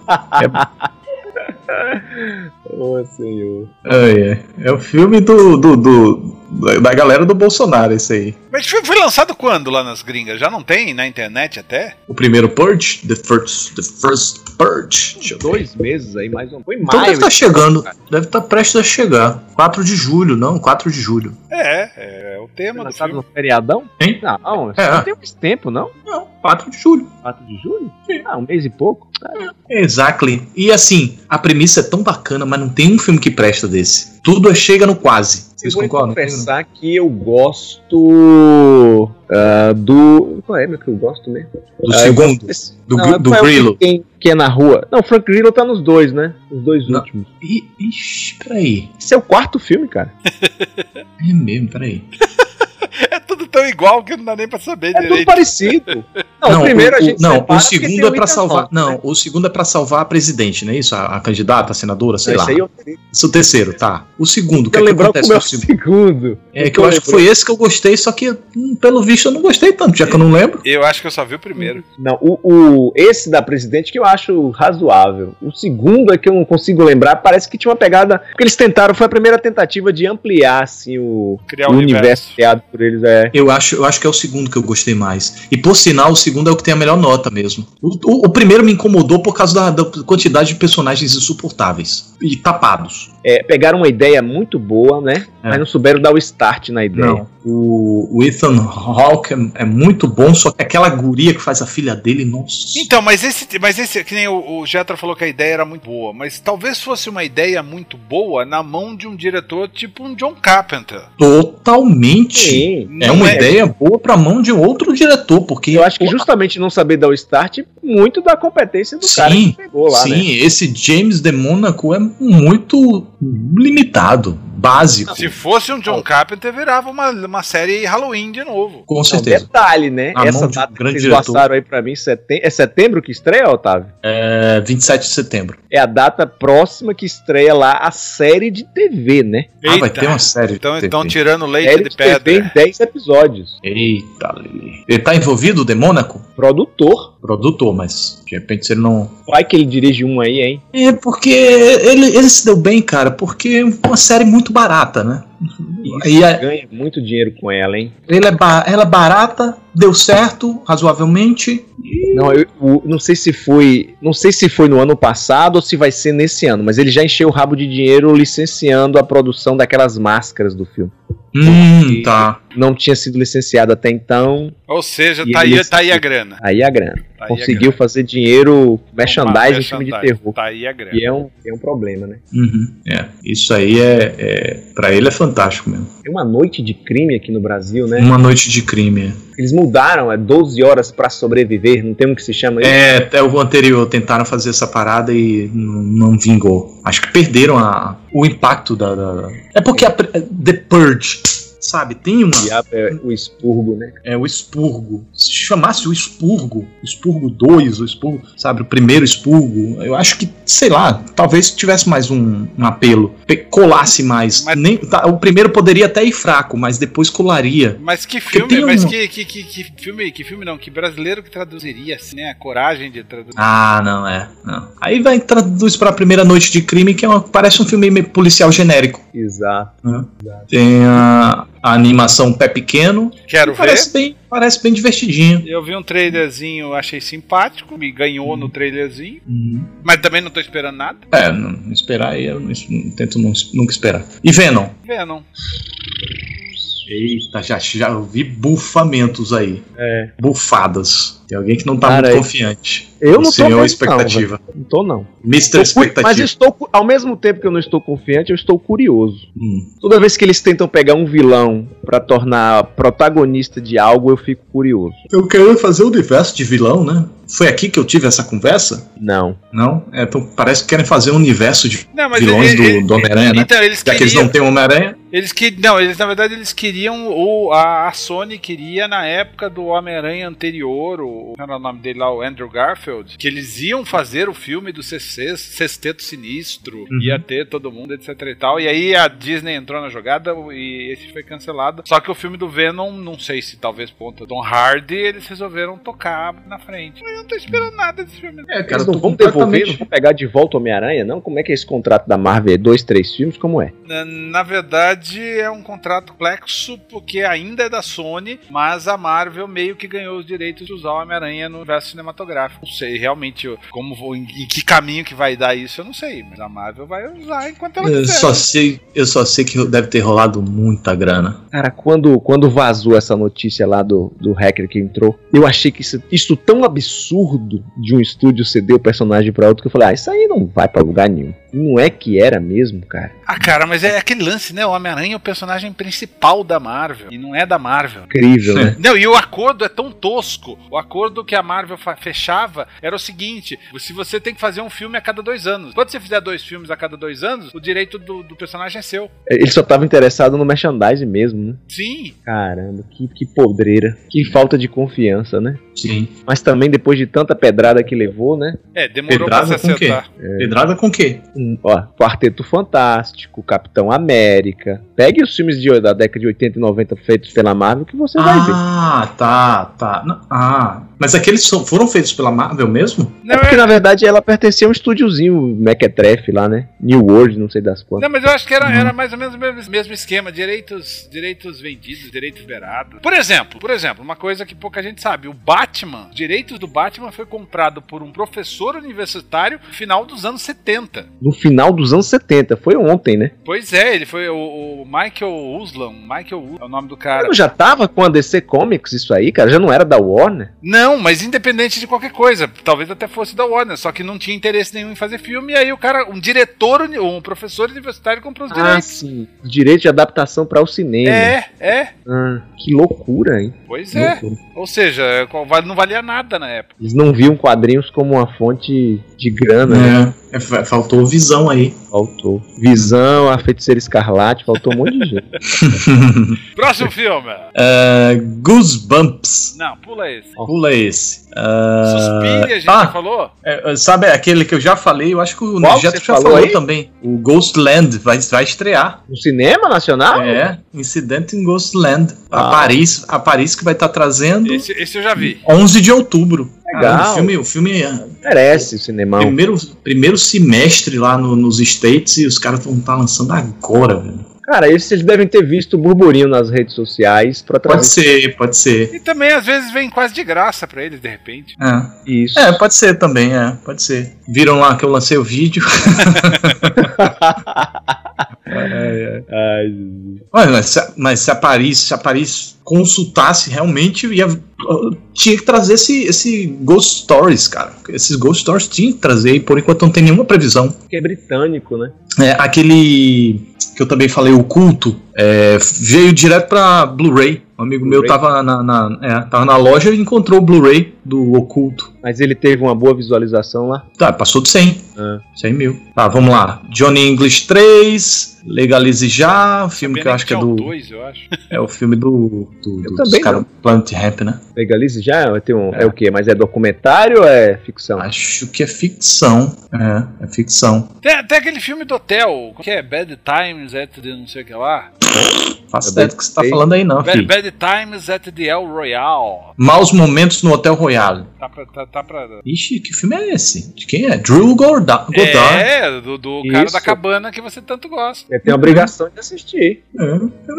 Ô, assim, senhor. É, é. É o filme do, do, do- da- da galera do Bolsonaro, esse aí. Mas foi, foi lançado quando lá nas gringas? Já não tem na internet até? O primeiro Purge, The First, the first Purge. Deixa eu ver. Dois meses aí, mais um. Foi Então maio. deve estar chegando, deve estar prestes a chegar. 4 de julho, não, 4 de julho. É, é, o tema do né? lançado filme. no feriadão? Hein? Não, não, É. não tem mais tempo, não? Não, 4 de julho. 4 de julho? Ah, um mês e pouco. Exactly. E assim, a premissa é tão bacana, mas não tem um filme que presta desse. Tudo é chega no quase. Vocês Eu vou concordam? confessar que eu gosto ah, do. Qual é meu que eu gosto mesmo? Do Ah, eu segundo. gosto desse- do Não, Gri- é- do qual é o Grillo. Quem, quem é na rua? Não, Frank Grillo tá nos dois, né? Os dois Não. últimos. Ih, Ixi, peraí. Esse é o quarto filme, cara. É mesmo, peraí. É tudo tão igual que não dá nem pra saber É tudo direito. parecido. Não, o primeiro a gente Não, separa o porque tem segundo é pra muita salvar. foto, não, né? o segundo é pra salvar a presidente, não é isso? A, a candidata, a senadora, sei Esse lá. aí eu Esse é o terceiro, tá. O segundo, o que, eu é que lembrar acontece como é no o segundo? segundo. É que eu acho que foi esse que eu gostei, só que, hum, pelo visto, eu não gostei tanto, já que eu não lembro. Eu acho que eu só vi o primeiro. Não, o, o- esse da presidente que eu acho razoável. O segundo é que eu não consigo lembrar, parece que tinha uma pegada. Porque eles tentaram, foi a primeira tentativa de ampliar assim, o, Criar o o universo. universo. criado por eles. É. Eu acho, eu acho que é o segundo que eu gostei mais. E por sinal, o segundo é o que tem a melhor nota mesmo. O, o- o primeiro me incomodou por causa da, da quantidade de personagens insuportáveis e tapados. É, pegaram uma ideia muito boa, né? É. Mas não souberam dar o start na ideia. Não. É. O, o Ethan Hawke é, é muito bom, só que aquela guria que faz a filha dele, nossa. Então, mas esse, mas esse, que nem o, o Jetra falou que a ideia era muito boa, mas talvez fosse uma ideia muito boa na mão de um diretor tipo um John Carpenter. Totalmente. Então, Sim. É Não uma ideia boa pra mão de um outro diretor, porque Eu acho que o- justamente não saber dar o start muito da competência do Sim, cara que pegou lá, né? Sim, esse James de Monaco é muito limitado, básico. Se fosse um John Carpenter, virava uma, uma série Halloween de novo. Com Não, certeza. detalhe, né? Na Essa mão de um data que grande vocês diretor. passaram aí pra mim, setem- é setembro que estreia, Otávio? É, 27 de setembro. é a data próxima que estreia lá a série de TV, né? Ah, vai ter uma série. Então de estão TV. tirando leite Série de de TV em pedra. 10 episódios. Eita, Lili. Ele tá envolvido, o de Mônaco? Produtor. Produtor, mas de repente se ele não Vai que ele dirige um aí, hein? É, porque ele, ele se deu bem, cara, porque é uma série muito barata, né? E é- Ganha muito dinheiro com ela, hein? ele é ba- ela é barata, deu certo, razoavelmente. Não, eu, o- não sei se foi. Não sei se foi no ano passado ou se vai ser nesse ano, mas ele já encheu o rabo de dinheiro licenciando a produção daquelas máscaras do filme. Hum, tá. Não tinha sido licenciado até então, Ou seja, E tá aí, eles- tá aí a grana. aí a grana. Tá aí a Conseguiu fazer dinheiro, merchandising em filme de merchandising. terror. Tá aí a grana. E é um, é um problema, né? Uhum, é. Isso aí é, é. Pra ele é fantástico mesmo. Tem uma noite de crime aqui no Brasil, né? Uma noite de crime. Eles mudaram, é 12 horas pra sobreviver, não tem um que se chama isso? É, até o anterior tentaram fazer essa parada e não, não vingou. Acho que perderam a, o impacto da. da- da- É porque a, pre- The Purge, sabe? Tem uma. Diabo é o expurgo, né? É o expurgo. Se chamasse o expurgo, o expurgo 2, o expurgo, sabe, o primeiro expurgo, eu acho que, sei lá, talvez tivesse mais um, um apelo, Pe- colasse mais. Mas- Nem, tá, o primeiro poderia até ir fraco, mas depois é. colaria. Mas que Porque filme, tem mas um- que, que, que, que filme, que filme não, que brasileiro que traduziria assim, né? A coragem de traduzir. Ah, não é. Não. Aí vai traduz pra primeira noite de crime, que é uma- parece um filme meio policial genérico. Exato. Tem a, a animação Pé Pequeno. Ah, Quero ver. Parece bem, parece bem divertidinho. Eu vi um trailerzinho, achei simpático, me ganhou no trailerzinho, Uhum. mas também não tô esperando nada. É, não, não esperar aí, eu não, não- tento não- nunca esperar. E Venom? Venom. Eita, já, já ouvi bufamentos aí. É. Bufadas. Tem alguém que não tá Cara, muito aí- confiante. Eu não tô Você é uma mesmo, expectativa. não, velho. não tô, não. Mr. Tô cu- Mas Expectativa. estou, cu- ao mesmo tempo que eu não estou confiante, eu estou curioso. Hum. Toda vez que eles tentam pegar um vilão pra tornar protagonista de algo, eu fico curioso. Eu quero fazer o universo de vilão, né? Foi aqui que eu tive essa conversa? Não. Não? É, então parece que querem fazer um universo de Não, mas vilões ele- ele- do, do Homem-Aranha, né? Então, eles Já que eles queriam- não têm Homem-Aranha. Eles que não, eles na verdade eles queriam ou a, a Sony queria na época do Homem-Aranha anterior, o como era o nome dele lá, o Andrew Garfield, que eles iam fazer o filme do CC, Sexteto Sinistro, Uhum. ia ter todo mundo, etc e tal. E aí a Disney entrou na jogada e esse foi cancelado. Só que o filme do Venom, não sei se talvez por conta do Tom Hardy, eles resolveram tocar na frente. Mas eu não tô esperando nada desse filme. É, Eles não vão devolver, não vão pegar de volta o Homem-Aranha, não? Como é que é esse contrato da Marvel? É dois, três filmes? Como é? Na, na verdade, é um contrato complexo, porque ainda é da Sony, mas a Marvel meio que ganhou os direitos de usar o Homem-Aranha no universo cinematográfico. Não sei realmente eu- como vou- em, em que caminho que vai dar isso, eu não sei, mas a Marvel vai usar enquanto ela Eu quiser. É, só, sei, eu só sei que deve ter rolado muita grana. Cara, quando, quando vazou essa notícia lá do, do hacker que entrou, eu achei que isso, isso tão absurdo de um estúdio ceder o personagem pra outro que eu falei, ah, isso aí não vai pra lugar nenhum. E Não é que era mesmo, cara. Ah, cara, mas é aquele lance, né? O Homem-Aranha é o personagem principal da Marvel e não é da Marvel. Incrível, né? Não, e o acordo é tão tosco. O acordo que a Marvel fa- fechava era o seguinte: se você tem que fazer um filme a cada dois anos. Quando você fizer dois filmes a cada dois anos, o direito do, do personagem é seu. Ele só tava interessado no merchandising mesmo, né? Sim. Caramba, que, que podreira. Que falta de confiança, né? Sim. Mas também depois de tanta pedrada que levou, né? É, demorou Pedrada pra se com quê? acertar. É. Pedrada com o quê? Um, ó, Quarteto Fantástico, Capitão América. Pegue os filmes de, da década de 80 e 90 feitos pela Marvel que você vai ver. Ah, tá, tá. Não, Ah, mas aqueles são- foram feitos pela Marvel mesmo? Não, é porque, na verdade, ela pertencia a um estúdiozinho Mequetrefe lá, né? New World, não sei das quantas. Não, mas eu acho que era, Uhum. era mais ou menos o mesmo, mesmo esquema, direitos, direitos vendidos, direitos liberados. Por exemplo, por exemplo, uma coisa que pouca gente sabe, o Batman, os direitos do Batman foi comprado por um professor universitário no final dos anos 70. No final dos anos 70, foi ontem, né? Pois é, ele foi o, o Michael Uslan, Michael Uslan é o nome do cara. Não já tava com a DC Comics isso aí, cara? Já não era da Warner? Não, mas independente de qualquer coisa, talvez até fosse da Warner, só que não tinha interesse nenhum em fazer filme, e aí o cara, um diretor, uni- um professor universitário comprou Ah, os direitos. sim. Direito de adaptação para o cinema. Ah, É, é, Ah, que loucura, hein? pois é. Loucura. Ou seja, é, qual- vale- não valia nada na época. Eles não viam quadrinhos como uma fonte de grana, né? É, é, fa- faltou visão aí. Faltou. Visão, a feiticeira escarlate, faltou um monte de gente. Próximo filme! É, Goosebumps. Não, pula esse. Pula esse. Suspira, a gente ah. já falou? É, é, sabe aquele que eu já falei? Eu acho que Qual o Neto você já falou falou, aí? também. O Ghostland vai, vai estrear. No cinema nacional? É, Incidente em Ghostland. A, Ah. Paris, a Paris que vai estar trazendo. Esse, esse eu já vi. 11 de outubro. Ah, Legal. o filme, o filme é, Merece o cinemão. primeiro, primeiro semestre lá no- nos States e os caras vão estar lançando tá agora, velho. Cara, esse vocês devem ter visto o burburinho nas redes sociais pra Pode trazer ser, pode ser. E também às vezes vem quase de graça pra eles, de repente. É. isso. É, pode ser também, é, pode ser. Viram lá que eu lancei o vídeo? Ai, Jesus. Olha, mas se a, mas se a Paris, se a Paris consultasse realmente, ia, tinha que trazer esse, esse Ghost Stories, cara. Esses Ghost Stories tinha que trazer, e por enquanto não tem nenhuma previsão. Porque é britânico, né? É, aquele que eu também falei, o culto, é, veio direto pra Blu-ray. Um amigo meu Blu-ray? tava na, na- é, tava na loja e encontrou o Blu-ray do Oculto. Mas ele teve uma boa visualização lá. Tá, passou de 100. Ah. 100 mil. Tá, vamos lá. Johnny English 3, Legalize Já, filme que eu acho que é do. um Dois, eu acho. É o filme do. do, Eu do também cara, Planet Ramp, né? Legalize já? Tem um, é. É. o quê? Mas é documentário ou é ficção? Acho que é ficção. É, é ficção. Tem até aquele filme do hotel, que é Bad Times at the não sei o que lá. Faço Eu bem ideia do que você tá sei. falando aí, não. Bad, Filho. Bad Times at the El Royale. Maus Momentos no Hotel Royale. Tá pra. Tá, tá pra... Ixi, que filme é esse? De quem é? Drew Goddard. Goddard. É, do, do cara Isso. da cabana que você tanto gosta. Você É, tem a obrigação de assistir. É, é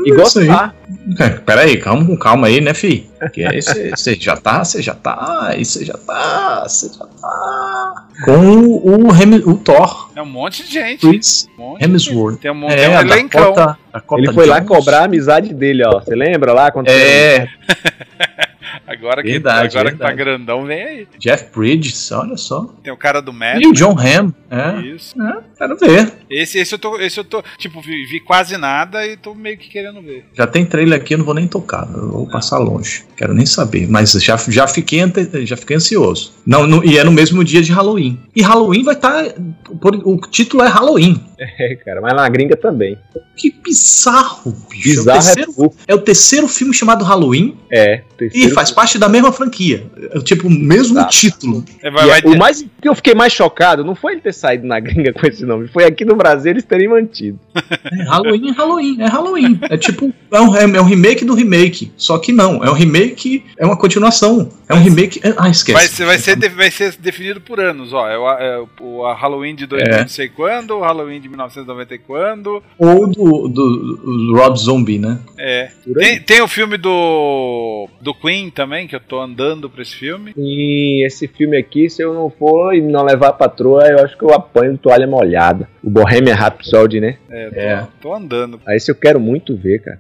E isso aí. gostar. É, Peraí, calma, com calma aí, né, fi? Que aí você já tá, você já tá, aí você já tá, você já tá. Com o, o, Hem- o Thor, É um monte de gente. Chris Um monte de gente. Hemsworth. Tem um monte É, é, a um elencão. Dakota, Dakota Ele foi lá Johnson. cobrar a amizade dele, ó. Você lembra lá? Quando É, Agora, que, Verdade, agora que tá verdade. grandão, vem aí. Jeff Bridges, olha só. Tem o cara do Mad. E o John Hamm, é. Isso. é quero ver. Esse, esse eu tô. Esse eu tô. Tipo, vi, vi quase nada e tô meio que querendo ver. Já tem trailer aqui, eu não vou nem tocar, eu vou passar longe. Quero nem saber, mas já, já, fiquei, ante- já fiquei ansioso. Não, não- e é no mesmo dia de Halloween. E Halloween vai estar. o título é Halloween. É, cara, mas na gringa também. Que bizarro, bicho. é, o Bizarro é terceiro, pouco. é o terceiro filme chamado Halloween É. e terceiro- faz parte da mesma franquia. É, tipo, o mesmo Exato. título. É, E Vai, vai, o mais que eu fiquei mais chocado não foi ele ter saído na gringa com esse nome, foi aqui no Brasil eles terem mantido. É Halloween, é Halloween, é Halloween. É tipo, é um, é um remake do remake. Só que não, é um remake, é uma continuação. É um remake. é- ah, esquece. Vai, ser- vai, ser, de- vai ser definido por anos, ó. É o, é o a Halloween de 2000 É. não sei quando, o Halloween de 1990 e quando. Ou do, do, do Rob Zombie, né? É. Por aí. Tem, tem o filme do. do Queen também, que eu tô andando pra esse filme. E esse filme aqui, se eu não for e não levar a patroa, eu acho que eu apanho toalha molhada. O Bohemian Rhapsody, né? É. Tô andando. Aí esse eu quero muito ver, cara.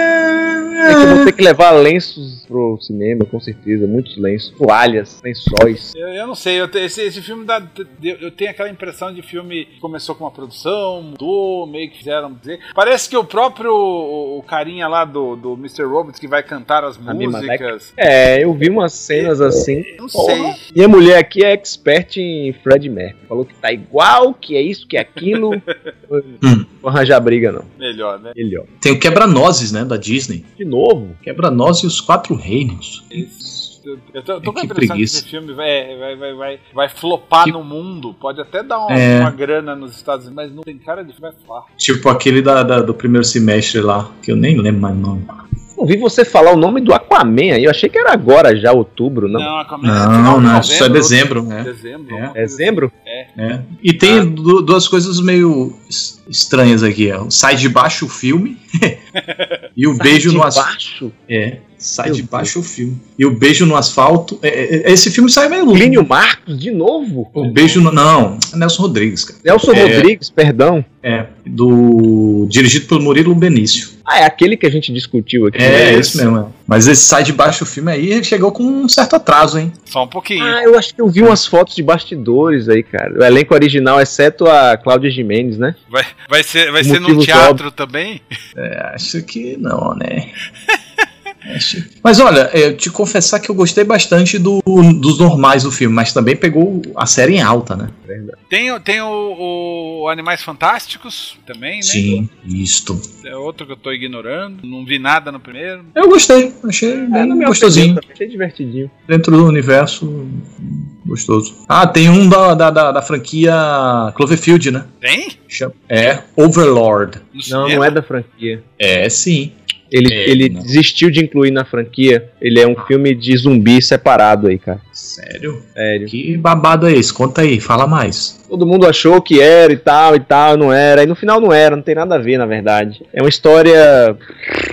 É que eu vou ter que levar lenços pro cinema, com certeza. Muitos lenços, toalhas, lençóis. Eu, eu não sei, eu te- esse, esse filme dá. de- Eu tenho aquela impressão de filme que começou com uma produção, mudou, meio que fizeram dizer. Parece que o próprio o, o carinha lá do, do Mr. Robots que vai cantar as Mima músicas. É, eu vi umas cenas assim. Eu Não sei. Minha mulher aqui é expert em Fred Mercury. Falou que tá igual, que é isso, que é aquilo. Hum. Não vou arranjar briga, não. Melhor, né? Ele, ó. Tem o Quebra-Nozes, né? Da Disney. De novo? Quebra-Nozes e os Quatro Reinos. Eu eu tô, eu tô com a Que impressão preguiça. que esse filme vai, vai, vai, vai, vai flopar no mundo. Pode até dar uma, É. uma grana nos Estados Unidos, mas não tem cara de que vai flopar. Tipo aquele da, da- do primeiro semestre lá, que eu nem lembro mais o nome. Ouvi você falar o nome do Aquaman aí. Eu achei que era agora, já, outubro, não. Não, a Comédia é final Não, de não, isso é novembro, dezembro, né? Dezembro. É. alguma coisa assim. Dezembro? É. E tem du- duas coisas meio es- estranhas aqui. ó. Sai de baixo o filme e o Um beijo de no asfalto. baixo. É, sai Meu de Deus. baixo o filme. E o beijo no asfalto. é, é, é, esse filme sai meio louco. Plínio Marcos, de novo? O Um beijo no. Não, é Nelson Rodrigues, cara. Nelson É. Rodrigues, perdão. É, do. Dirigido pelo Murilo Benício. Ah, é aquele que a gente discutiu aqui. né? É, é isso mesmo. é. Mas esse sai de baixo o filme aí chegou com um certo atraso, hein? Só um pouquinho. Ah, eu acho que eu vi umas fotos de bastidores aí, cara. O elenco original, exceto a Cláudia Jimenez, né? Vai, vai ser, vai ser no Motivos teatro também? Acho que não, né? Acho- Mas olha, eu te confessar que eu gostei bastante do- dos normais do filme, mas também pegou a série em alta, né? Tem, o- tem o, o Animais Fantásticos também, né? Sim, isto. É outro que eu tô ignorando. Não vi nada no primeiro. Eu gostei, achei bem gostosinho. Achei divertidinho. Dentro do universo, gostoso. Ah, tem um da, da, da- da franquia Cloverfield, né? Tem? Chama- É, Overlord. No Não, cinema? não é da franquia. É, sim. Ele, É, ele não. desistiu de incluir na franquia. Ele é um filme de zumbi separado aí, cara. Sério? Sério. Que babado é esse? Conta aí, fala mais. Todo mundo achou que era e tal e tal, não era. E no final não era, não tem nada a ver, na verdade. É uma história,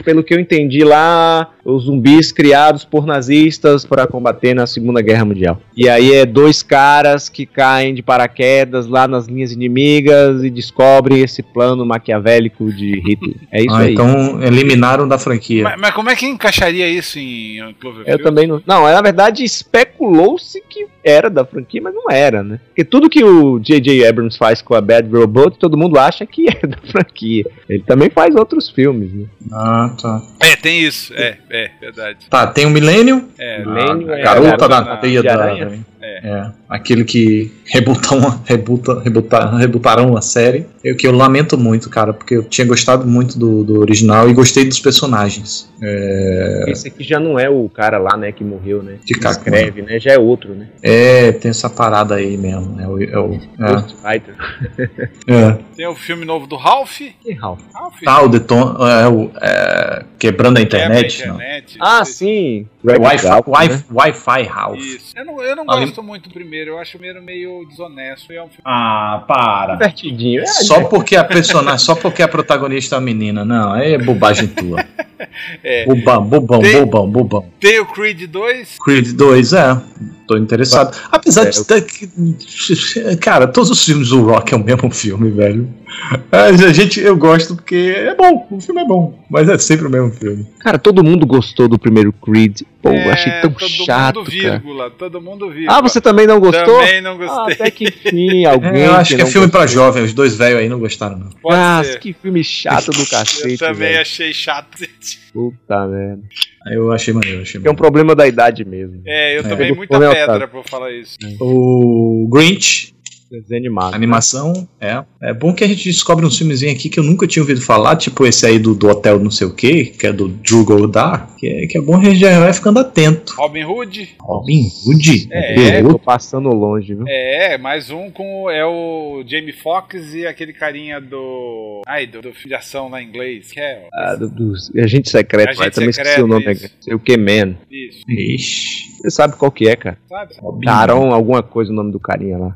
pelo que eu entendi lá, os zumbis criados por nazistas para combater na Segunda Guerra Mundial. E aí é dois caras que caem de paraquedas lá nas linhas inimigas e descobrem esse plano maquiavélico de Hitler. É isso ah, aí. então eliminaram da franquia. Mas, mas como é que encaixaria isso em Cloverfield? Eu também não. Não, na verdade especulou-se que era da franquia, mas não era, né? Porque tudo que o J.J. Abrams faz com a Bad Robot, todo mundo acha que é da franquia. Ele também faz outros filmes, né? Ah, tá. É, tem isso. É, é, verdade. Tá, tem o Millennium. É, Millennium a é- garota é- da na- teia de da aranha. aranha. É. É, aquele que rebutam, rebuta, rebuta, rebutaram a série. Eu que eu lamento muito, cara, porque eu tinha gostado muito do, do original e gostei dos personagens. Esse aqui já não é o cara lá, né, que morreu, né? De Que Kakuna. escreve, né? Já é outro, né? É, tem essa parada aí mesmo. É, o- é, o- é, Ghostwriter. é. Tem o filme novo do Ralph. Que Ralph. Ralph? Tá, o deton, é, o, é, quebrando Tá, a Quebra a internet. não. internet. Ah, sim. Wi-Fi, Ralph, né? Wi-Fi, Wi-Fi House. Isso. Eu não, eu não Ali- gosto muito do primeiro. Eu acho o primeiro meio desonesto. e É um filme... Ah, para. Divertidinho. É, Só porque a personagem, só porque a protagonista é menina, não, é bobagem tua. É. Bobão, bobão, Tem- bobão, bobão. Tem o Creed 2. Creed 2, é. Tô interessado. Apesar de. ter que- Cara, todos os filmes do Rock é o mesmo filme, velho. Mas A gente, eu gosto porque é bom, o filme é bom, mas é sempre o mesmo filme. Cara, todo mundo gostou do primeiro Creed. Pô, eu é, achei tão todo chato, Mundo cara. vírgula, Todo mundo vírgula. Ah, você também não gostou? Também não Ah, gostei. até que enfim, alguém. É, eu acho que é não filme pra gostou. jovem, os dois velhos aí não gostaram, não. Pode ah, ser. que filme chato do cacete. Eu também velho. achei chato. Puta merda. Aí Eu achei maneiro, achei É um maneiro. problema da idade mesmo. É, eu É. tomei Eu muita vou pedra levantar. pra eu falar isso. O Grinch, Desenho animado. Animação, é. É bom que a gente descobre uns filmezinhos aqui que eu nunca tinha ouvido falar, tipo esse aí do, do Hotel Não Sei O Que, que é do Drew Goddard, que é, que é bom a gente já vai ficando atento. Robin Hood? Robin Hood? É. Eu tô passando longe, viu? É, mais um com. É o Jamie Foxx e aquele carinha do. Ai, do, do filme de ação lá em inglês. Que é, ó, Ah, do, do agente secreto, Agente vai. Também esqueci Secreto, o nome. isso. agora. Sei o que, man. isso, Ixi, Você sabe qual que é, cara? sabe? Robin Hood. Caron, alguma coisa, o nome do carinha lá.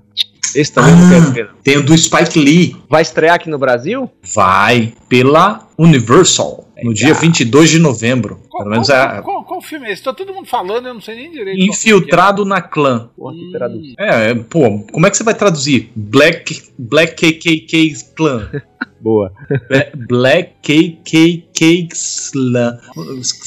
Esse também não Ah. quero ver. não. Tem o do Spike Lee, Vai estrear aqui no Brasil? vai pela Universal, no dia 22 de novembro. Qual, Pelo menos qual, é qual, qual filme é esse? Tá todo mundo falando, eu não sei nem direito. qual filme que é. infiltrado na clã. Porra, que tradução. É, é, pô, como é que você vai traduzir? Black, Black KKK Clan. Boa. Be- Black KKK Sla-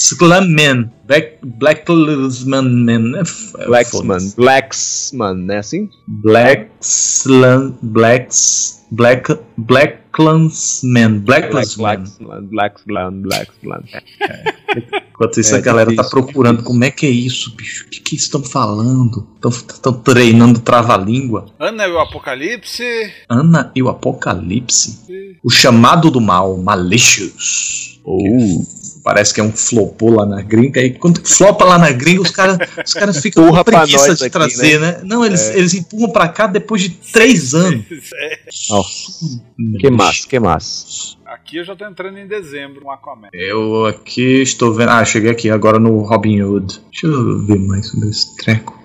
Slaman. Black Blacksman Man. É f- é Blacksman. foda-se. Blacksman, né? Assim? Black Slan Blacks Black Blacklandsman. Blacklandsman. Blacksman. Blacksman. Blacksman. Enquanto isso, É a galera tá difícil, procurando difícil. como é que é isso, bicho. O que que estão falando? Estão treinando trava-língua. Ana e é o Apocalipse. Ana e o Apocalipse. O chamado do mal, Malicious. Oh. Ou parece que é um flopô lá na gringa. E quando flopa lá na gringa, os caras os caras ficam com Empurra pra preguiça nós de aqui, É. trazer, né? Não, eles, eles empurram pra cá depois de três anos. É, Que massa, que massa. Aqui eu já tô entrando em dezembro, um Aquaman. Eu aqui estou vendo. Ah, cheguei aqui agora no Robin Hood. Deixa eu ver mais sobre esse treco.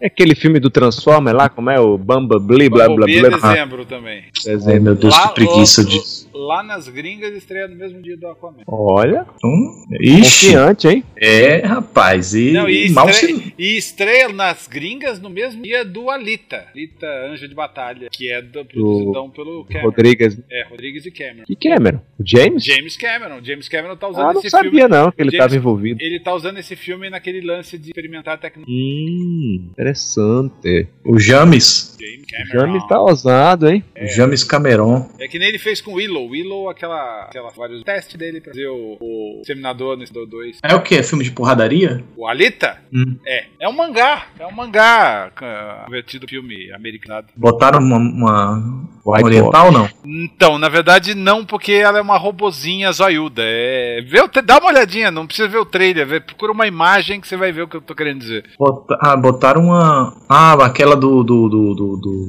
É aquele filme do Transformer lá, como é? O Bamba Bli, blá blá Bumblebee é blá. dezembro também. é, Ai, meu Deus, Lá- que preguiça ó, de. Lá nas gringas estreia no mesmo dia do Aquaman. Olha, Hum, Ixi, confiante, hein? é, rapaz, e, Não, e mal estre- se. E estreia nas gringas no mesmo dia do Alita. Alita Anjo de Batalha, que é do, produzidão pelo Cameron. Rodrigues. É, Rodrigues e Cameron. E Cameron? O James? James Cameron. James Cameron tá usando Ah, não esse filme. sabia não que ele James- estava envolvido. Ele tá usando esse filme naquele lance de experimentar a tecnologia. Hum, interessante. O James. James O Cameron. James tá ousado, hein? O James Cameron. É que nem ele fez com Willow. Willow, aquela, aquela vários testes dele pra fazer o, o Seminador no Exterminador 2. É o que? É filme de porradaria? O Alita? Hum. É. É um mangá. É um mangá ah, convertido filme americanado. Botaram uma, uma- uma White oriental, não? Então, na verdade, não, porque ela é uma robozinha zoiuda. É... Vê o tra- Dá uma olhadinha, não precisa ver o trailer. vê- Procura uma imagem que você vai ver o que eu tô querendo dizer. Bota- ah, botaram uma. Ah, aquela do. do, do, do, do- do-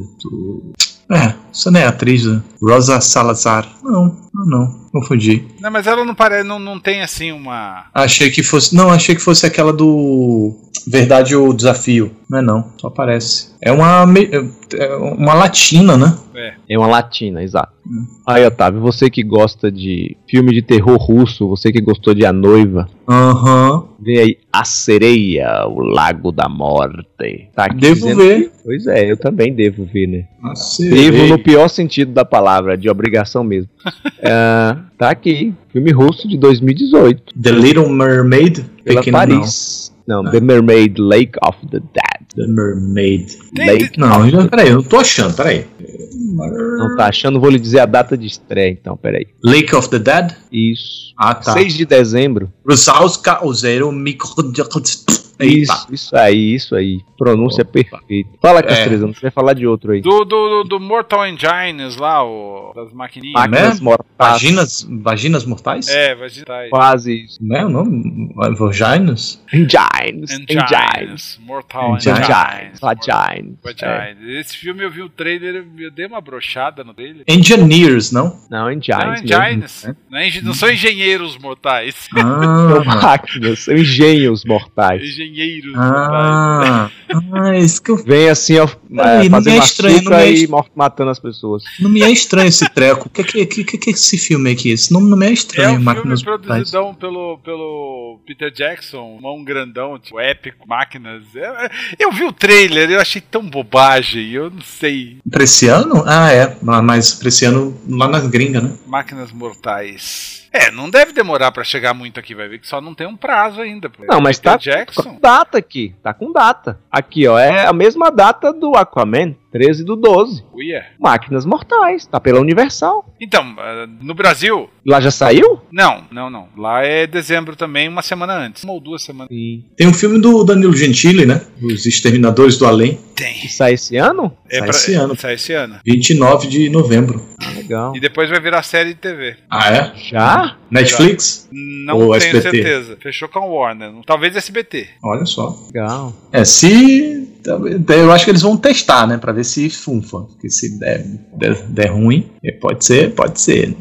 É, você não é atriz, né? Rosa Salazar. Não, não, não. Confundi. Não, mas ela não parece, não, não tem assim uma. Achei que fosse. Não, achei que fosse aquela do. Verdade ou desafio. Não é não, só parece. É uma. me- é uma latina, né? É uma latina, exato. Aí, Otávio, você que gosta de filme de terror russo, você que gostou de A Noiva, Aham. vê aí A Sereia, O Lago da Morte. Tá aqui Devo dizendo- ver. Pois é, eu também devo ver, né? Nossa, Devo ei. no pior sentido da palavra, de obrigação mesmo. Ah, tá aqui, filme russo de 2018, The Little Mermaid. pela Pequeno Paris. Não, Ah. The Mermaid Lake of the Dead. Não. The Mermaid. Tem- Lake. Não, eu- peraí, eu não tô achando, peraí. Não tá achando, vou lhe dizer a data de estreia, então, peraí. Lake of the Dead? Isso. Ah, tá. 6 de dezembro. Rusauska Ozero Mikro. Eita. Isso, isso aí, isso aí. Pronúncia perfeita. É. Fala, Castrezão, você vai falar de outro aí. Do, do, do- do Mortal Engines lá, o, das maquininhas. Ah, Máquinas né? mortais. Vaginas, vaginas mortais? É, vai digitar aí. Quase isso. Não é o nome? Vaginas? Engines. Engines. Engines. Mortal Engines. Engines. Vagines. É. Vagines. Ah, Esse filme eu vi o trailer, eu dei uma brochada no trailer. Engineers, não? Não, é né? Não, Engines. mesmo. Engines. Não, é engen- não são engenheiros mortais. São Ah, máquinas, são engenhos mortais. Engenheiros mortais. ah, ah, isso que eu, Vem assim, ó, Aí, é, não me é fazendo estranho, não me açúcar é e estranho. mor- matando as pessoas. não me é estranho esse treco. O que, que, que, que, que é esse filme aqui? Esse nome não me é É estranho. um Máquinas filme Mortais. produzidão pelo, pelo Peter Jackson, um mão grandão, tipo, épico, máquinas. É, é, Eu vi o trailer, eu achei tão bobagem, eu não sei. Pra esse ano? Ah, é. ma- Mas pra esse ano lá na gringa, né? Máquinas mortais. É, não deve demorar pra chegar muito aqui, vai ver que só não tem um prazo ainda. pô. Não, mas tá Peter Jackson? com data aqui. Tá com data. Aqui, ó, é a mesma data do Aquaman, 13 do 12. Uia. Máquinas Mortais, tá pela Universal. Então, ah, no Brasil? Lá já saiu? Não, não, não. Lá é dezembro também, uma semana antes. Uma ou duas semanas. Sim. Tem um filme do Danilo Gentili, né? Os Exterminadores do Além. Tem. Sai esse ano? É Sai pra- Tá esse ano. Sai esse ano. 29 de novembro. Ah, legal. E depois vai virar série de TV. Ah, é? Já? Netflix? Não Ou tenho SBT. certeza. Fechou com a Warner. Talvez SBT. Olha só. Legal. É, se. Eu acho que eles vão testar, né? Pra ver se funfa. Porque se der, der, der ruim, é, pode ser, pode ser.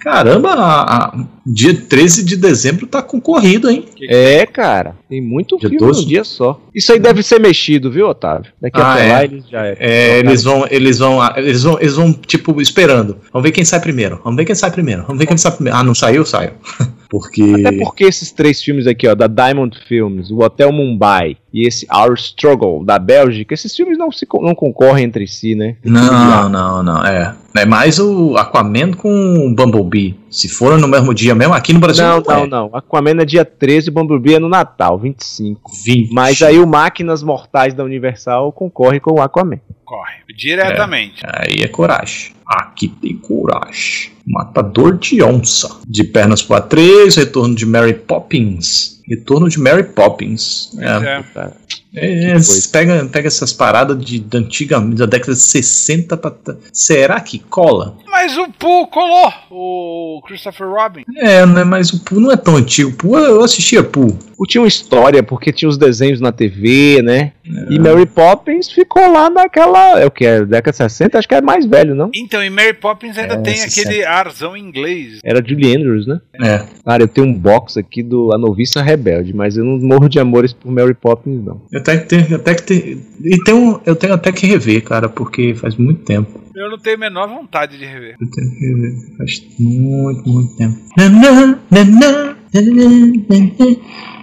Caramba, a- a- dia 13 de dezembro tá concorrido, hein? É, cara. Tem muito Dia filme 12? num dia só. Isso aí deve ser mexido, viu, Otávio? Daqui Ah, até é. lá eles já é. É, eles vão, eles vão, eles vão, eles vão, tipo, esperando. Vamos ver quem sai primeiro. Vamos ver quem sai primeiro. Vamos ver quem sai primeiro. Ah, não saiu? Saiu. Porque. Até porque esses três filmes aqui, ó, da Diamond Films, o Hotel Mumbai e esse Our Struggle da Bélgica, esses filmes não se con- não concorrem entre si, né? Não, não, não. É. É mais o Aquaman com o Bumblebee. Se foram no mesmo dia mesmo, aqui no Brasil. Não, é. não, não. Aquaman é dia 13, Bumblebee é no Natal, 25. 20. Mas aí o Máquinas Mortais da Universal concorre com o Aquaman. Corre. Diretamente. Aí é coragem. Aqui tem coragem. Matador de onça. De pernas para três, retorno de Mary Poppins. Retorno de Mary Poppins. É, É. Tá. É, Que vocês pega, pega essas paradas de, da antiga, da década de 60 pra. t- Será que cola? Mas o Pooh colou. O Christopher Robin. É, né? Mas o Pooh não é tão antigo. Pooh, eu assistia Pooh. O- Tinha uma história, porque tinha os desenhos na TV, né? E Mary Poppins ficou lá naquela. É o que? É década de 60? Acho que é mais velho, não? Então, e Mary Poppins ainda É, tem esse aquele arzão inglês. Era Julie Andrews, né? É. Cara, eu tenho um box aqui do A Noviça Rebelde, mas eu não morro de amores por Mary Poppins, não. Eu até que tenho, até que tenho, e tenho, eu tenho até que rever, cara, porque faz muito tempo. Eu não tenho a menor vontade de rever. Eu tenho que rever. Faz muito, muito tempo. Nanã, nanã, nanã, nanã.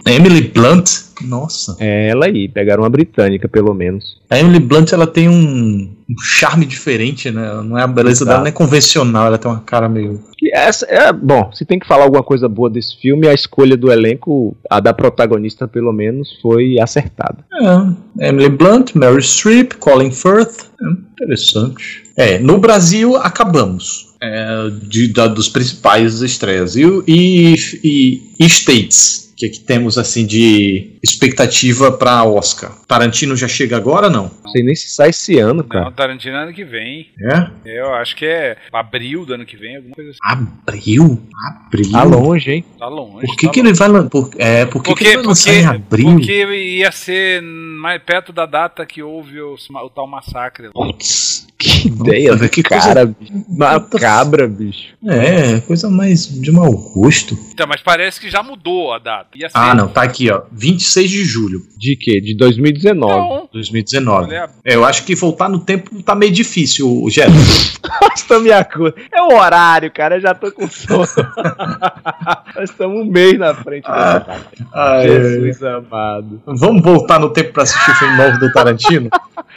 Emily Blunt. Nossa. É ela aí, pegaram uma britânica, pelo menos. A Emily Blunt, ela tem um, um charme diferente, né? Ela Não é a beleza Exato. dela, não é convencional. Ela tem uma cara meio... E essa é, bom, se tem que falar alguma coisa boa desse filme, a escolha do elenco, a da protagonista, pelo menos, foi acertada. É, Emily Blunt, Mary Streep, Colin Firth. É, interessante. É, no Brasil acabamos. É, de, da- dos principais estreias. E, o- e, e, e States. que, que temos assim de expectativa pra Oscar? Tarantino já chega agora não? Não sei nem se sai esse ano, cara. Não, Tarantino ano que vem. É? Eu acho que é abril do ano que vem, alguma coisa assim. Abril? Abril? Tá longe, hein? Tá longe. Por que, tá que ele vai lan- por- é, por que, Porque- que ele vai lançar porque- em abril? Porque ia ser mais perto da data que houve o, o tal massacre. Putz, Que ideia velho, que do cara, bicho. Macabra, bicho. é, coisa mais de mau gosto. Então, mas parece que já mudou a data. Ia ser Ah, não, tá aqui, ó. 26 de julho De quê? De 2019. Não. de 2019. Olha, É, Eu acho que voltar no tempo tá meio difícil, o Gerson. Nós estamos minha cor. É o horário, cara. Eu já tô com sono. Nós estamos um mês na frente dessa data. é. Jesus amado. Vamos voltar no tempo pra assistir o filme novo do Tarantino?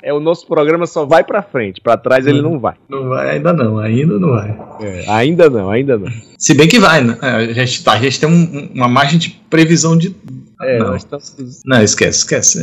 É, o nosso programa só vai pra frente. Pra trás Hum. ele não vai. Não vai, ainda não, ainda não vai. É, ainda não, ainda não. Se bem que vai, né? É, A gente, tá, a gente tem um- um- uma margem de previsão de. É, Não. nós estamos. Não, esquece, esquece.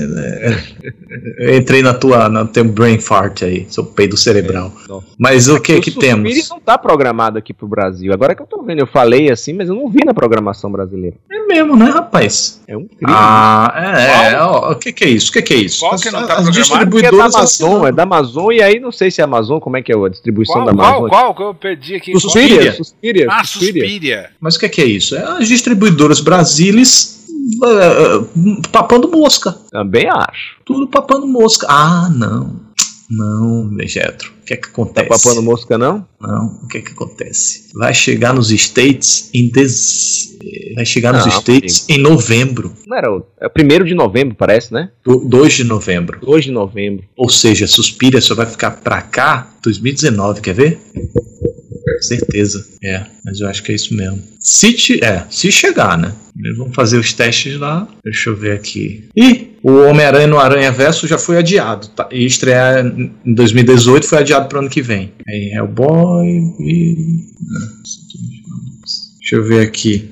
É, é, Eu entrei na tua. No teu brain fart aí, seu peido cerebral. nossa. Mas o que é que O Suspiro temos? não tá programado aqui pro Brasil. Agora é que eu tô vendo, eu falei assim, mas eu não vi na programação brasileira. É mesmo, né, rapaz? É um crime. Ah, é. é, ó, o que, que é isso? O que, que é isso? Qual que não tá as programado? Porque é da distribuidoras. Amazon, assinam. é da Amazon, e aí não sei se é Amazon, como é que é a distribuição qual, da Amazon. qual, qual, que eu perdi aqui? Qual? Suspiria, Suspiria, Ah, Suspiria. Suspiria. Mas o que é que é isso? É as distribuidoras brasileiras eh, eh, papando mosca. Também acho. Tudo papando mosca. Ah, não. Não, Getro. O que é que acontece? Tá Papando mosca, não? Não, o que é que acontece? Vai chegar nos States em des... eh, Vai chegar nos Não, States em novembro. Não era o... É primeiro de novembro, parece, né? do- 2 de novembro. 2 de novembro. Ou seja, Suspira só vai ficar pra cá 2019, quer ver? Certeza. É, mas eu acho que é isso mesmo. Se, ti- é, se chegar, né? Eles vão fazer os testes lá. Deixa eu ver aqui. Ih, o Homem-Aranha no Aranha Verso já foi adiado. Tá? E estrear em 2018 foi adiado pro ano que vem. Aí Hellboy e. não, isso aqui não fala. Deixa eu ver aqui.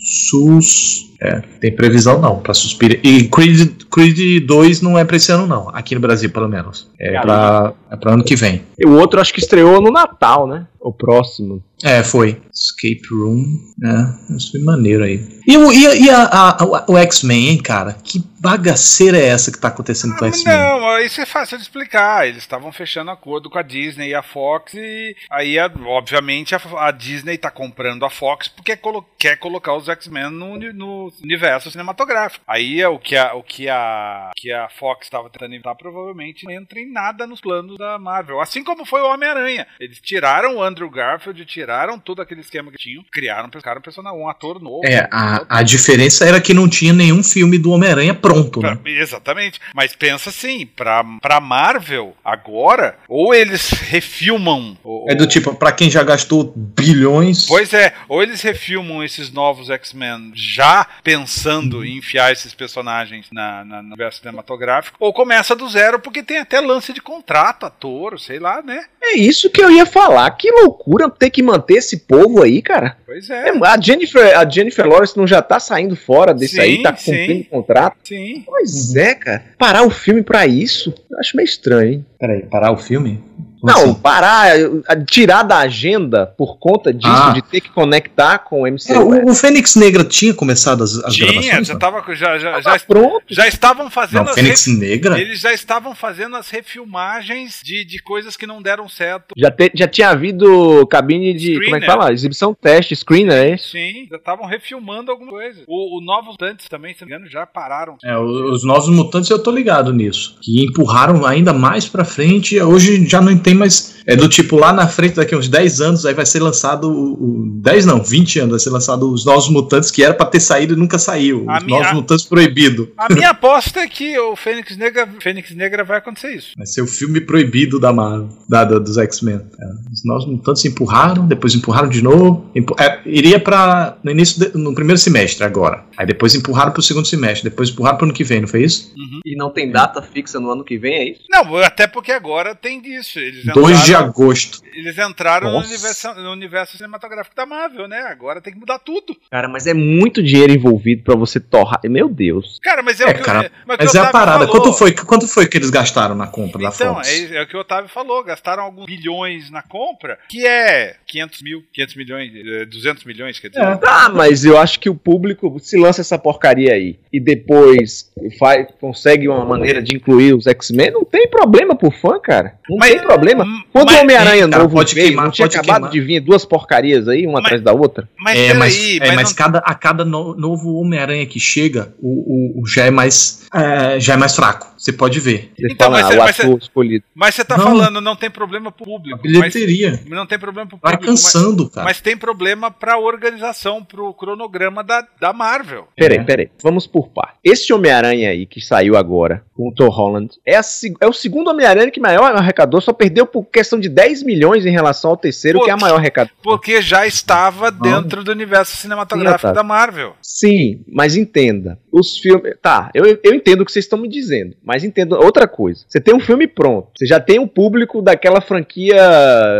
SUS. É, tem previsão não pra Suspira. E Creed, Creed 2 não é pra esse ano, não. Aqui no Brasil, pelo menos. É pra, é pra ano que vem. E o outro acho que estreou no Natal, né? O próximo. É, foi. Escape Room. É, isso foi maneiro aí. E, o- e a- e a- a- o- o X-Men, hein, cara? Que bagaceira é essa que tá acontecendo com o X-Men? Não, mas isso é fácil de explicar. Eles estavam fechando acordo com a Disney e a Fox e aí, a- obviamente, a, a Disney tá comprando a Fox porque colo- quer colocar os X-Men no, uni- no universo cinematográfico. Aí é o que a, o que a, que a Fox estava tentando evitar provavelmente não entra em nada nos planos da Marvel. Assim como foi o Homem-Aranha. Eles tiraram o Andrew Garfield, tiraram todo aquele esquema que tinham, criaram, criaram um personagem, um ator novo. É, a, a diferença era que não tinha nenhum filme do Homem-Aranha pronto, né? Pra- exatamente. Mas pensa assim, pra, pra Marvel, agora, ou eles refilmam. o- É do o- tipo, pra quem já gastou bilhões. Pois é, ou eles refilmam esses novos X-Men já pensando em enfiar esses personagens na, na- no universo cinematográfico, ou começa do zero, porque tem até lance de contrato, ator, sei lá, né? É isso que eu ia falar. Que loucura ter que manter esse povo aí, cara. Pois É, é, a, Jennifer, a Jennifer Lawrence não já tá saindo fora desse Sim, aí, tá sim. cumprindo o contrato. sim. Pois é, cara. Parar o filme pra isso, eu acho meio estranho, hein? Peraí, parar o filme? Como Não, assim? parar, eu- a- tirar da agenda por conta disso, Ah. de ter que conectar com o É, MCU. o, o Fênix Negra tinha começado as, as Tinha, gravações? já não? tava. com- Já, já, já, Tá pronto. já estavam fazendo Não, as Fênix Negra? re- Eles já estavam fazendo as refilmagens de, de coisas que não deram certo. Já, te- já tinha havido cabine de. Como é que Screener. fala? Exibição teste, screener, é isso? Sim, já estavam refilmando alguma coisa. O, o Novos Mutantes também, se não me engano, já pararam. É, o- os novos mutantes eu tô ligado nisso. Que empurraram ainda mais pra frente. Hoje já não tem mais. É do tipo, lá na frente, daqui a uns 10 anos, aí vai ser lançado. O, o- 10 não, 20 anos, vai ser lançado os novos mutantes, que era pra ter saído e nunca saiu. A os minha- novos mutantes proibido. A minha aposta é que o Fênix Negra, Fênix Negra vai acontecer isso. Vai ser o filme proibido da Marvel, da, da- dos X-Men. É, Os novos mutantes empurraram, depois empurraram de novo. empu- é, iria pra. no início, de- no primeiro semestre agora. Aí depois empurraram pro segundo semestre, depois empurraram pro ano que vem, não foi isso? E não tem data fixa no ano que vem, é isso? Não, até porque agora tem disso. Eles 2 Eles de entraram- agosto. Eles entraram no Nossa. universo, no universo cinematográfico da Marvel, né? Agora tem que mudar tudo. Cara, mas é muito dinheiro envolvido pra você torrar. Meu Deus. Cara, mas é, É, o que cara, o, mas, o que Mas o é a Otávio parada. falou. Quanto foi, quanto foi que eles gastaram na compra da Então, Fox? é, é o que o Otávio falou, gastaram alguns bilhões na compra, que é 500 mil, 500 milhões, eh, 200 milhões, quer dizer. Ah, mas eu acho que o público se lança essa porcaria aí e depois faz, consegue uma maneira de incluir os X-Men, não tem problema pro fã, cara. Não Mas- tem problema. é Hum, Quando o mas, Homem-Aranha Ih, cara, novo pode veio, queimar, não tinha pode acabado queimar. de vir duas porcarias aí, uma Mas- atrás da outra. mas É, mas, peraí, é, mas mas não- cada, a cada no- novo Homem-Aranha que chega, o, o- o já é mais é, já é mais fraco. Você pode ver. Você Então, fala, mas é- ah, o mas é- ator escolhido. mas você tá Não. falando, não tem problema pro A público. Mas, bilheteria não tem problema pro vai público. mas- Tá cansando, cara. Mas tem problema pra organização, pro cronograma da, da Marvel. Peraí, É. peraí. Vamos por par. Esse Homem-Aranha aí que saiu agora com o Tom Holland é, a se- é o segundo Homem-Aranha que maior arrecadou, só perdeu por questão de 10 milhões em relação ao terceiro, Pô, que é a maior arrecadação. Porque já estava dentro do universo cinematográfico Sim, Otávio. da Marvel. Sim, mas entenda. Os filmes. Tá, eu, eu entendo o que vocês estão me dizendo, mas entenda outra coisa. Você tem um filme pronto, você já tem o público daquela franquia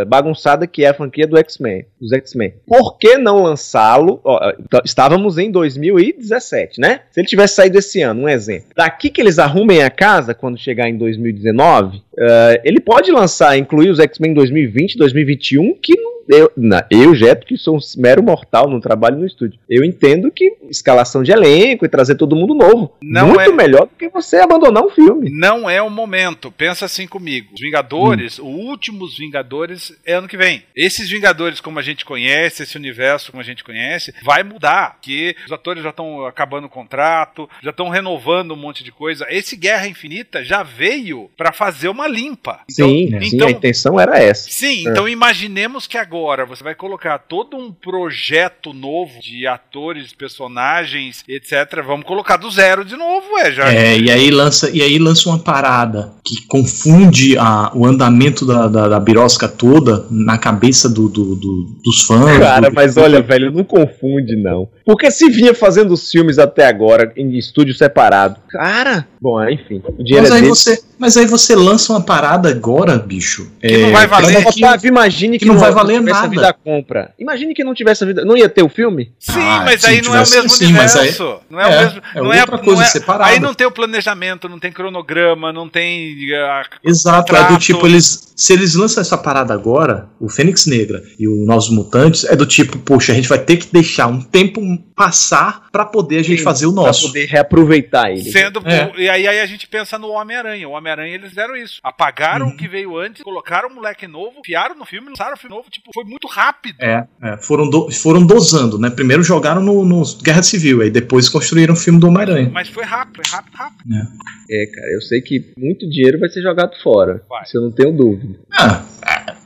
bagunçada que é a franquia do X-Men, dos X-Men. Por que não lançá-lo? Ó, t- Estávamos em 2017, né? Se ele tivesse saído esse ano, um exemplo. Daqui que eles arrumem a casa quando chegar em 2019, eh, ele pode lançar, incluir os X-Men em 2020, 2021, que eu, na- eu, Jeto, que sou um mero mortal, não trabalho no estúdio. Eu entendo que escalação de elenco e trazer todo mundo novo. Não muito é- melhor do que você abandonar um filme. Não é o momento. Pensa assim comigo. Os Hum. Vingadores, o último os Vingadores é ano que vem. Esses Vingadores, como a gente conhece, esse universo como a gente conhece, vai mudar. Porque os atores já estão acabando o contrato, já estão renovando um monte de coisa. Esse Guerra Infinita já veio pra fazer uma limpa. sim, né? então- sim, é a intenção era essa. Sim, então imaginemos que agora você vai colocar todo um projeto novo de atores, personagens, etc. Vamos colocar do zero de novo, ué, já. É, e aí lança, e aí lança uma parada que confunde a- o andamento da, da, da birosca toda na cabeça do, do- do- dos fãs. Cara, do- mas olha, velho, não confunde, não. Porque se vinha fazendo os filmes até agora em estúdio separado. Cara! Bom, enfim, o dinheiro mas é aí, dele. você, mas aí você lança uma parada agora, bicho. É, Que não vai valer. Mas, Otávio, imagine que que, não vai valer tivesse nada. a vida à compra. Imagine que não tivesse a vida. Não ia ter o filme? Sim, Ah, mas se aí não é o tivesse- mesmo sim, mas aí- universo. Não é, o mesmo. é não é, outra não coisa é- separada. aí não tem o planejamento, não tem cronograma, não tem. ah, Exato, é Trato. do tipo, eles. Se eles lançam essa parada agora, o Fênix Negra e o Novos Mutantes, é do tipo, poxa, a gente vai ter que deixar um tempo passar pra poder a gente Sim, fazer o Pra nosso. poder reaproveitar ele. Sendo É. o- e aí, aí a gente pensa no Homem-Aranha. O Homem-Aranha eles fizeram isso. Apagaram Uhum. o que veio antes, colocaram o moleque novo, fiaram no filme, lançaram o filme novo. Tipo, foi muito rápido. É, é, foram, do- foram dosando, né? Primeiro jogaram no, no Guerra Civil, aí depois construíram o filme do Homem-Aranha. Mas foi rápido, foi rápido, rápido. É, cara, eu sei que muito dinheiro vai ser jogado fora. Vai. Isso eu não tenho dúvida. Ah,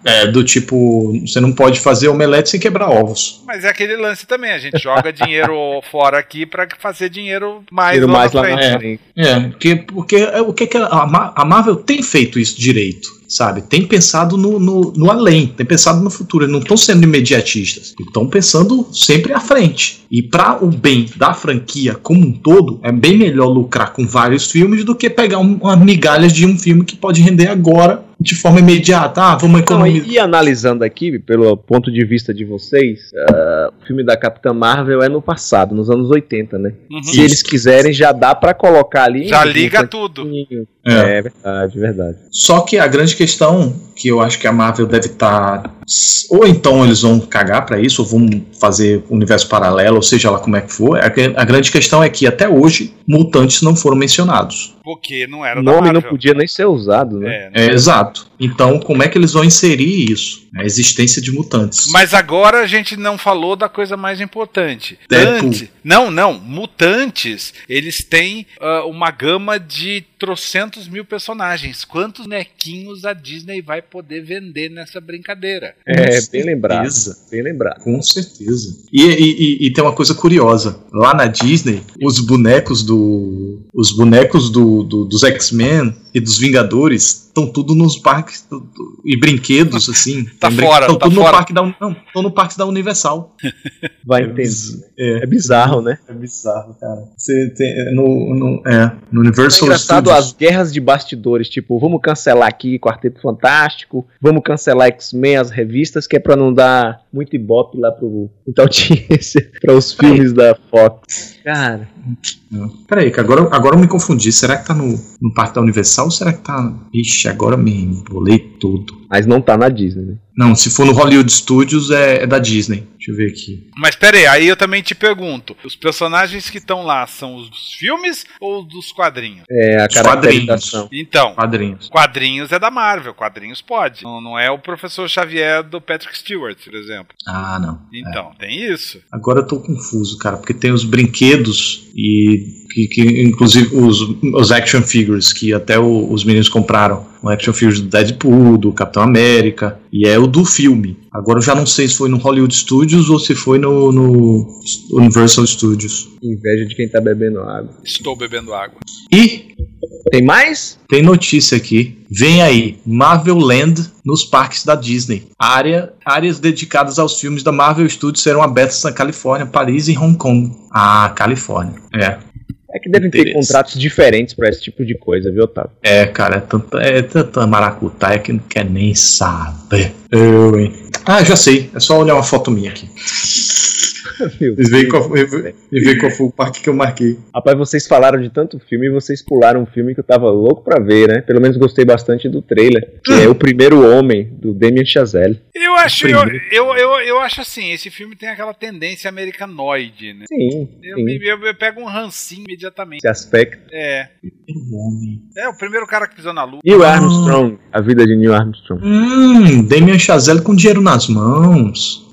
é, é, do tipo, você não pode fazer omelete sem quebrar ovos. Mas é aquele lance também, a gente joga dinheiro fora aqui pra fazer dinheiro mais Dinheiro lá mais na lá na frente. né? frente. frente. É, porque, porque é, o que, que a, Ma- a Marvel tem feito isso direito, sabe? Tem pensado no, no, no além, tem pensado no futuro. Eles não estão sendo imediatistas, estão pensando sempre à frente. E para o bem da franquia como um todo, é bem melhor lucrar com vários filmes do que pegar um- umas migalhas de um filme que pode render agora de forma imediata. Ah, vamos Então, economizar. e, e analisando aqui, pelo ponto de vista de vocês, ah, o filme da Capitã Marvel é no passado, nos anos 80, né? Uhum. Se eles quiserem, já dá pra colocar ali. Já um liga tudo. pouquinho. É. É. verdade, verdade. Só que a grande questão que eu acho que a Marvel deve estar. ou então eles vão cagar pra isso, ou vão fazer universo paralelo, ou seja lá como é que for. A, gr- a grande questão é que até hoje mutantes não foram mencionados. Porque não era O da nome Marvel. não podia nem ser usado, né? É, É, exato. Então, como é que eles vão inserir isso? É A existência de mutantes. Mas agora a gente não falou da coisa mais importante. Deadpool. Antes, não, não. Mutantes, eles têm ah, uma gama de trocentos mil personagens. Quantos nequinhos a Disney vai poder vender nessa brincadeira? É, Com bem lembrado. certeza. Bem lembrado. Com certeza. E, e- e- e tem uma coisa curiosa. Lá na Disney, os bonecos do o- os bonecos do, do- dos X-Men e dos Vingadores estão tudo nos parques do- do- e brinquedos, assim. Tá Tem brin- fora, tão tá tudo fora. No parque da, Un- não, estão no parque da Universal. Vai É entender. biz- É, É bizarro, né? é bizarro, cara. Você tem, no, no- é, no Universal É engraçado Studios. as guerras de bastidores, tipo, vamos cancelar aqui Quarteto Fantástico, vamos cancelar X-Men, as revistas, que é pra não dar muito ibope lá pro, muita audiência pra os filmes da Fox. Cara, Não. É. Peraí, que agora, agora eu me confundi. Será que tá no, no Parque da Universal ou será que tá. Ixi, agora mesmo. Bolei tudo. mas não tá na Disney, né? Não, se for no Hollywood Studios é, é da Disney. Deixa eu ver aqui. Mas pera aí, aí eu também te pergunto: os personagens que estão lá são os dos filmes ou dos quadrinhos? É a Os quadrinhos. caracterização. Então, Quadrinhos. quadrinhos é da Marvel, quadrinhos pode. Não, não é o professor Xavier do Patrick Stewart, por exemplo. Ah, não. É. Então, tem isso. Agora eu tô confuso, cara, porque tem os brinquedos e que, que inclusive os, os action figures que até o- os meninos compraram. O action figures do Deadpool, do Capitão América, e é o do filme. Agora eu já não sei se foi no Hollywood Studios ou se foi no, no Universal Studios. Inveja de quem tá bebendo água. Estou bebendo água. E Tem mais? tem notícia aqui. Vem aí, Marvel Land nos parques da Disney. Área, áreas dedicadas aos filmes da Marvel Studios serão abertas na Califórnia, Paris e Hong Kong. Ah, Califórnia. É, É que devem ter Interesse. contratos diferentes pra esse tipo de coisa, viu, Otávio? é, cara, é tanta, é tanta maracutaia que não quer nem saber. Eu, hein? Ah, já sei. É só olhar uma foto minha aqui. Meu E ver Deus. qual, e ver- e ver qual foi o parque que eu marquei. Rapaz, vocês falaram de tanto filme e vocês pularam um filme que eu tava louco pra ver, né? Pelo menos gostei bastante do trailer. Que é O Primeiro Homem, do Damien Chazelle. Eu acho, eu, Primeiro. eu, eu, eu acho assim: esse filme tem aquela tendência americanoide, né? Sim, Eu, sim. eu- eu pego um rancinho imediatamente. Esse aspecto. É. Primeiro um homem. É o primeiro cara que pisou na lua. Neil Armstrong. A vida de Neil Armstrong. Hum, Damien Chazelle com dinheiro nas mãos.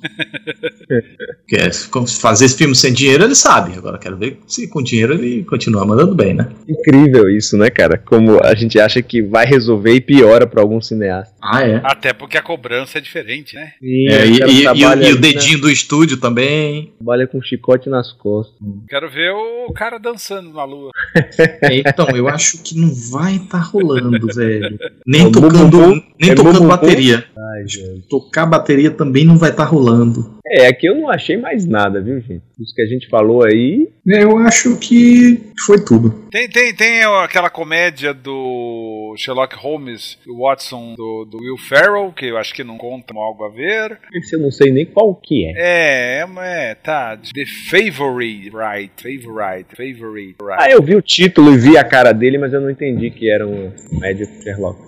Quer fazer esse filme sem dinheiro, ele sabe. Agora quero ver se com dinheiro ele continua mandando bem, né? Incrível isso, né, cara? Como a gente acha que vai resolver e piora pra algum cineasta. Ah, é. Até porque a cobrança é diferente, né? Sim, É, e, cara e- e o- trabalha, e ali, o né? dedinho do estúdio também. Trabalha com chicote nas costas. Quero ver o cara dançando na lua. É, então, eu acho que não vai estar rolando, velho. Nem É o tocando, bumbum, nem é tocando bumbum. bateria. Ai, gente. Tocar bateria também não vai estar rolando. É, aqui eu não achei mais nada, viu, gente? Isso que a gente falou aí. É, Eu acho que foi tudo. Tem, tem, tem aquela comédia do Sherlock Holmes e Watson do, do Will Ferrell, que eu acho que não conta algo a ver. Esse eu não sei nem qual que é. É, é, é tá. The Favorite, right, favorite, favorite, right. Ah, eu vi o título e vi a cara dele, mas eu não entendi que era um médio Sherlock.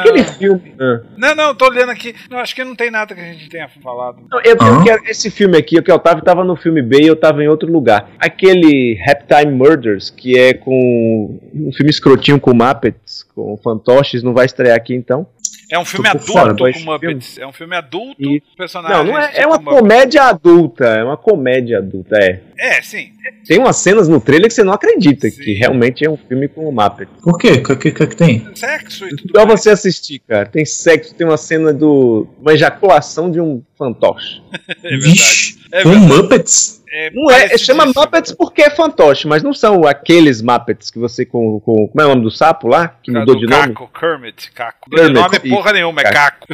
Aquele Não, filme. Ah. não, não, tô olhando aqui. Não, acho que não tem nada que a gente tenha falado. Não, eu, eu Hã? quero esse filme aqui, que o Otávio tava no filme B e eu tava em outro lugar. Aquele Halftime Murders, que é com um filme escrotinho com Muppets, com fantoches, não vai estrear aqui então. É um filme Tô por adulto fora, com mas Muppets. É um filme adulto, E- personagem. Não, não é, é tipo uma Muppets. comédia adulta, é uma comédia adulta, é. É, sim. Tem umas cenas no trailer que você não acredita Sim. que realmente é um filme com Muppets. Por quê? O que, que, que, que tem? Sexo e tudo Só mais. você assistir, cara. Tem sexo, tem uma cena do uma ejaculação de um fantoche. É verdade. Vixe, É com verdade. Muppets? É, Não é, parece né? chama disso. Muppets porque é fantoche, mas não são aqueles Muppets que você com, com como é o nome do sapo lá que Cara, mudou do de nome. Caco, Kermit, Caco. Não Kermit, tem nome é e- porra nenhuma, é Caco.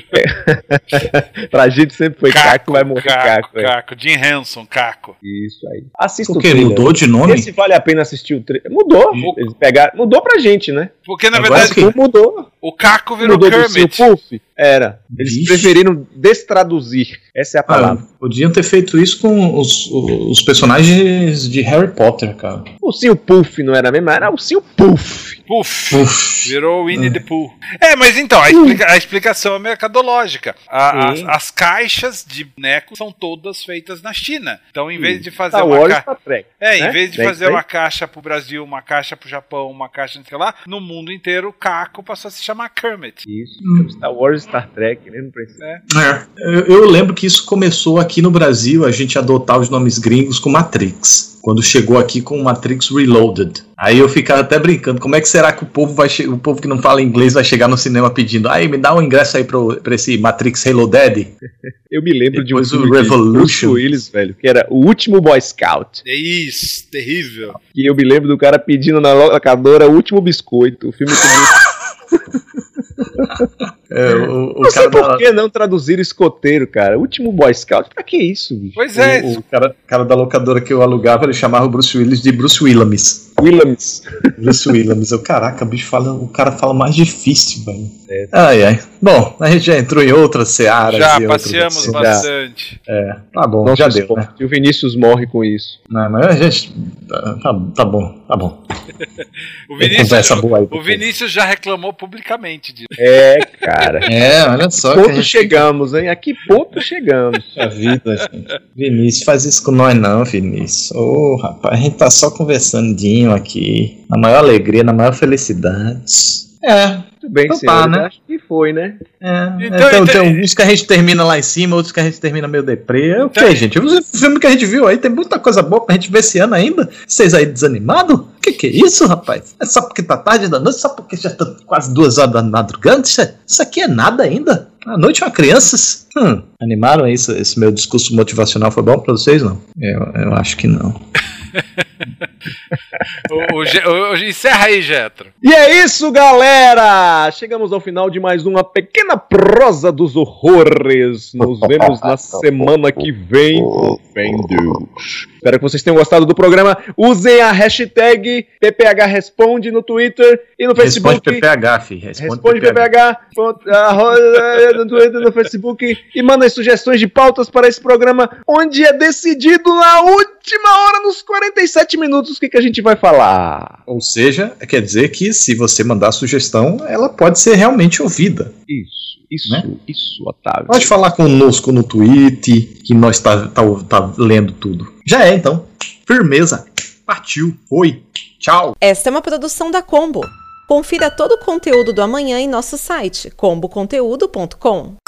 Pra gente sempre foi Caco, vai morrer Caco. Caco, é. Caco. Jim Henson, Caco. Isso aí. Assista Por quê? o trailer. Mudou de nome? Esse vale a pena assistir o trailer. Mudou. Mudou. Eles pegaram, mudou pra gente, né? Porque, na Agora verdade, sim. Não mudou. o Caco virou Mudou do seu Kermit. Puff. Era. Eles Vixe. preferiram destraduzir. Essa é a Ah, palavra. podiam ter feito isso com os, os personagens de Harry Potter, cara. O Sil Puff não era mesmo, era o Sil Puff. Puf. Uf. Virou Winnie Ah. the Pooh. É, mas então, a, explica- a explicação é mercadológica. A- as, Sim. as caixas de bonecos são todas feitas na China. Então, em Hum. vez de fazer Tá, Star uma Wars caixa. Star Trek. É, né? em vez de Daí fazer foi? uma caixa pro Brasil, uma caixa pro Japão, uma caixa, não sei lá, no mundo inteiro, Caco passou a se chamar Kermit. Isso. Hum. Star Wars Star Trek, né? Não precisa. É. Eu, eu lembro que isso começou aqui no Brasil, a gente adotar os nomes gringos com Matrix. Quando chegou aqui com Matrix Reloaded. Aí eu ficava até brincando, como é que será que o povo vai che- o povo que não fala inglês vai chegar no cinema pedindo, aí me dá um ingresso aí pro, pra esse Matrix Reloaded? Eu me lembro de um Depois o filme de Revolution. Bruce Willis, velho, que era o último Boy Scout. É isso, terrível. E eu me lembro do cara pedindo na locadora o último biscoito. O filme com É, o, o Não sei cara da- por que não traduzir escoteiro, cara. Último Boy Scout. Pra que isso, bicho? Pois é, O, o cara, cara da locadora que eu alugava, ele chamava o Bruce Willis de Bruce Williams. Williams. Bruce Williams. Eu, caraca, o bicho fala, o cara fala mais difícil, velho. Ai, ai. Bom, a gente já entrou em outras searas. e já outros passeamos assuntos. bastante. Tá bom, Nossa, já deu, esporte. né? E o Vinícius morre com isso. Não, mas a gente... Tá, tá bom, tá bom. Tem O Vinícius, conversa boa aí. o Vinícius já reclamou publicamente disso. É, cara. É, olha Que só que a ponto gente chegamos, hein? A que ponto chegamos? a vida, gente. Vinícius, faz isso com nós não, Vinícius. Ô, rapaz, a gente tá só conversandinho aqui. Na maior alegria, na maior felicidade. É, Muito bem, Então tá, senhor. né? Acho que foi, né? É, Então, então, então- tem alguns que a gente termina lá em cima, outros que a gente termina meio deprê. É o Então- que, gente? O filme que a gente viu aí tem muita coisa boa pra gente ver esse ano ainda. Vocês aí desanimados? Que que é isso, rapaz? É só porque tá tarde da noite, só porque já tá quase duas horas da madrugada? Isso, é- isso aqui é nada ainda. À noite é uma crianças. Hum, animaram isso? Esse meu discurso motivacional foi bom pra vocês, não? Eu, eu acho que não. O, o Ge- o- o- encerra aí, Getro. E é isso, galera! Chegamos ao final de mais uma pequena prosa dos horrores. Nos vemos na semana que vem. Espero que vocês tenham gostado do programa. Usem a hashtag PPH Responde no Twitter e no Responde Facebook. PPH, fi. Responde, Responde PPH. PPH ponto, arroba, no Twitter, no Facebook e mandem sugestões de pautas para esse programa, onde é decidido na última hora, nos 47 minutos, o que, que a gente vai falar. Ou seja, quer dizer que se você mandar sugestão, ela pode ser realmente ouvida. Isso, isso, Né? isso, Otávio. Pode falar conosco no tweet, que nós tá, tá, tá lendo tudo. Já é, então. Firmeza. Partiu. Foi. Tchau. Esta é uma produção da Combo. Confira todo o conteúdo do amanhã em nosso site comboconteúdo.com.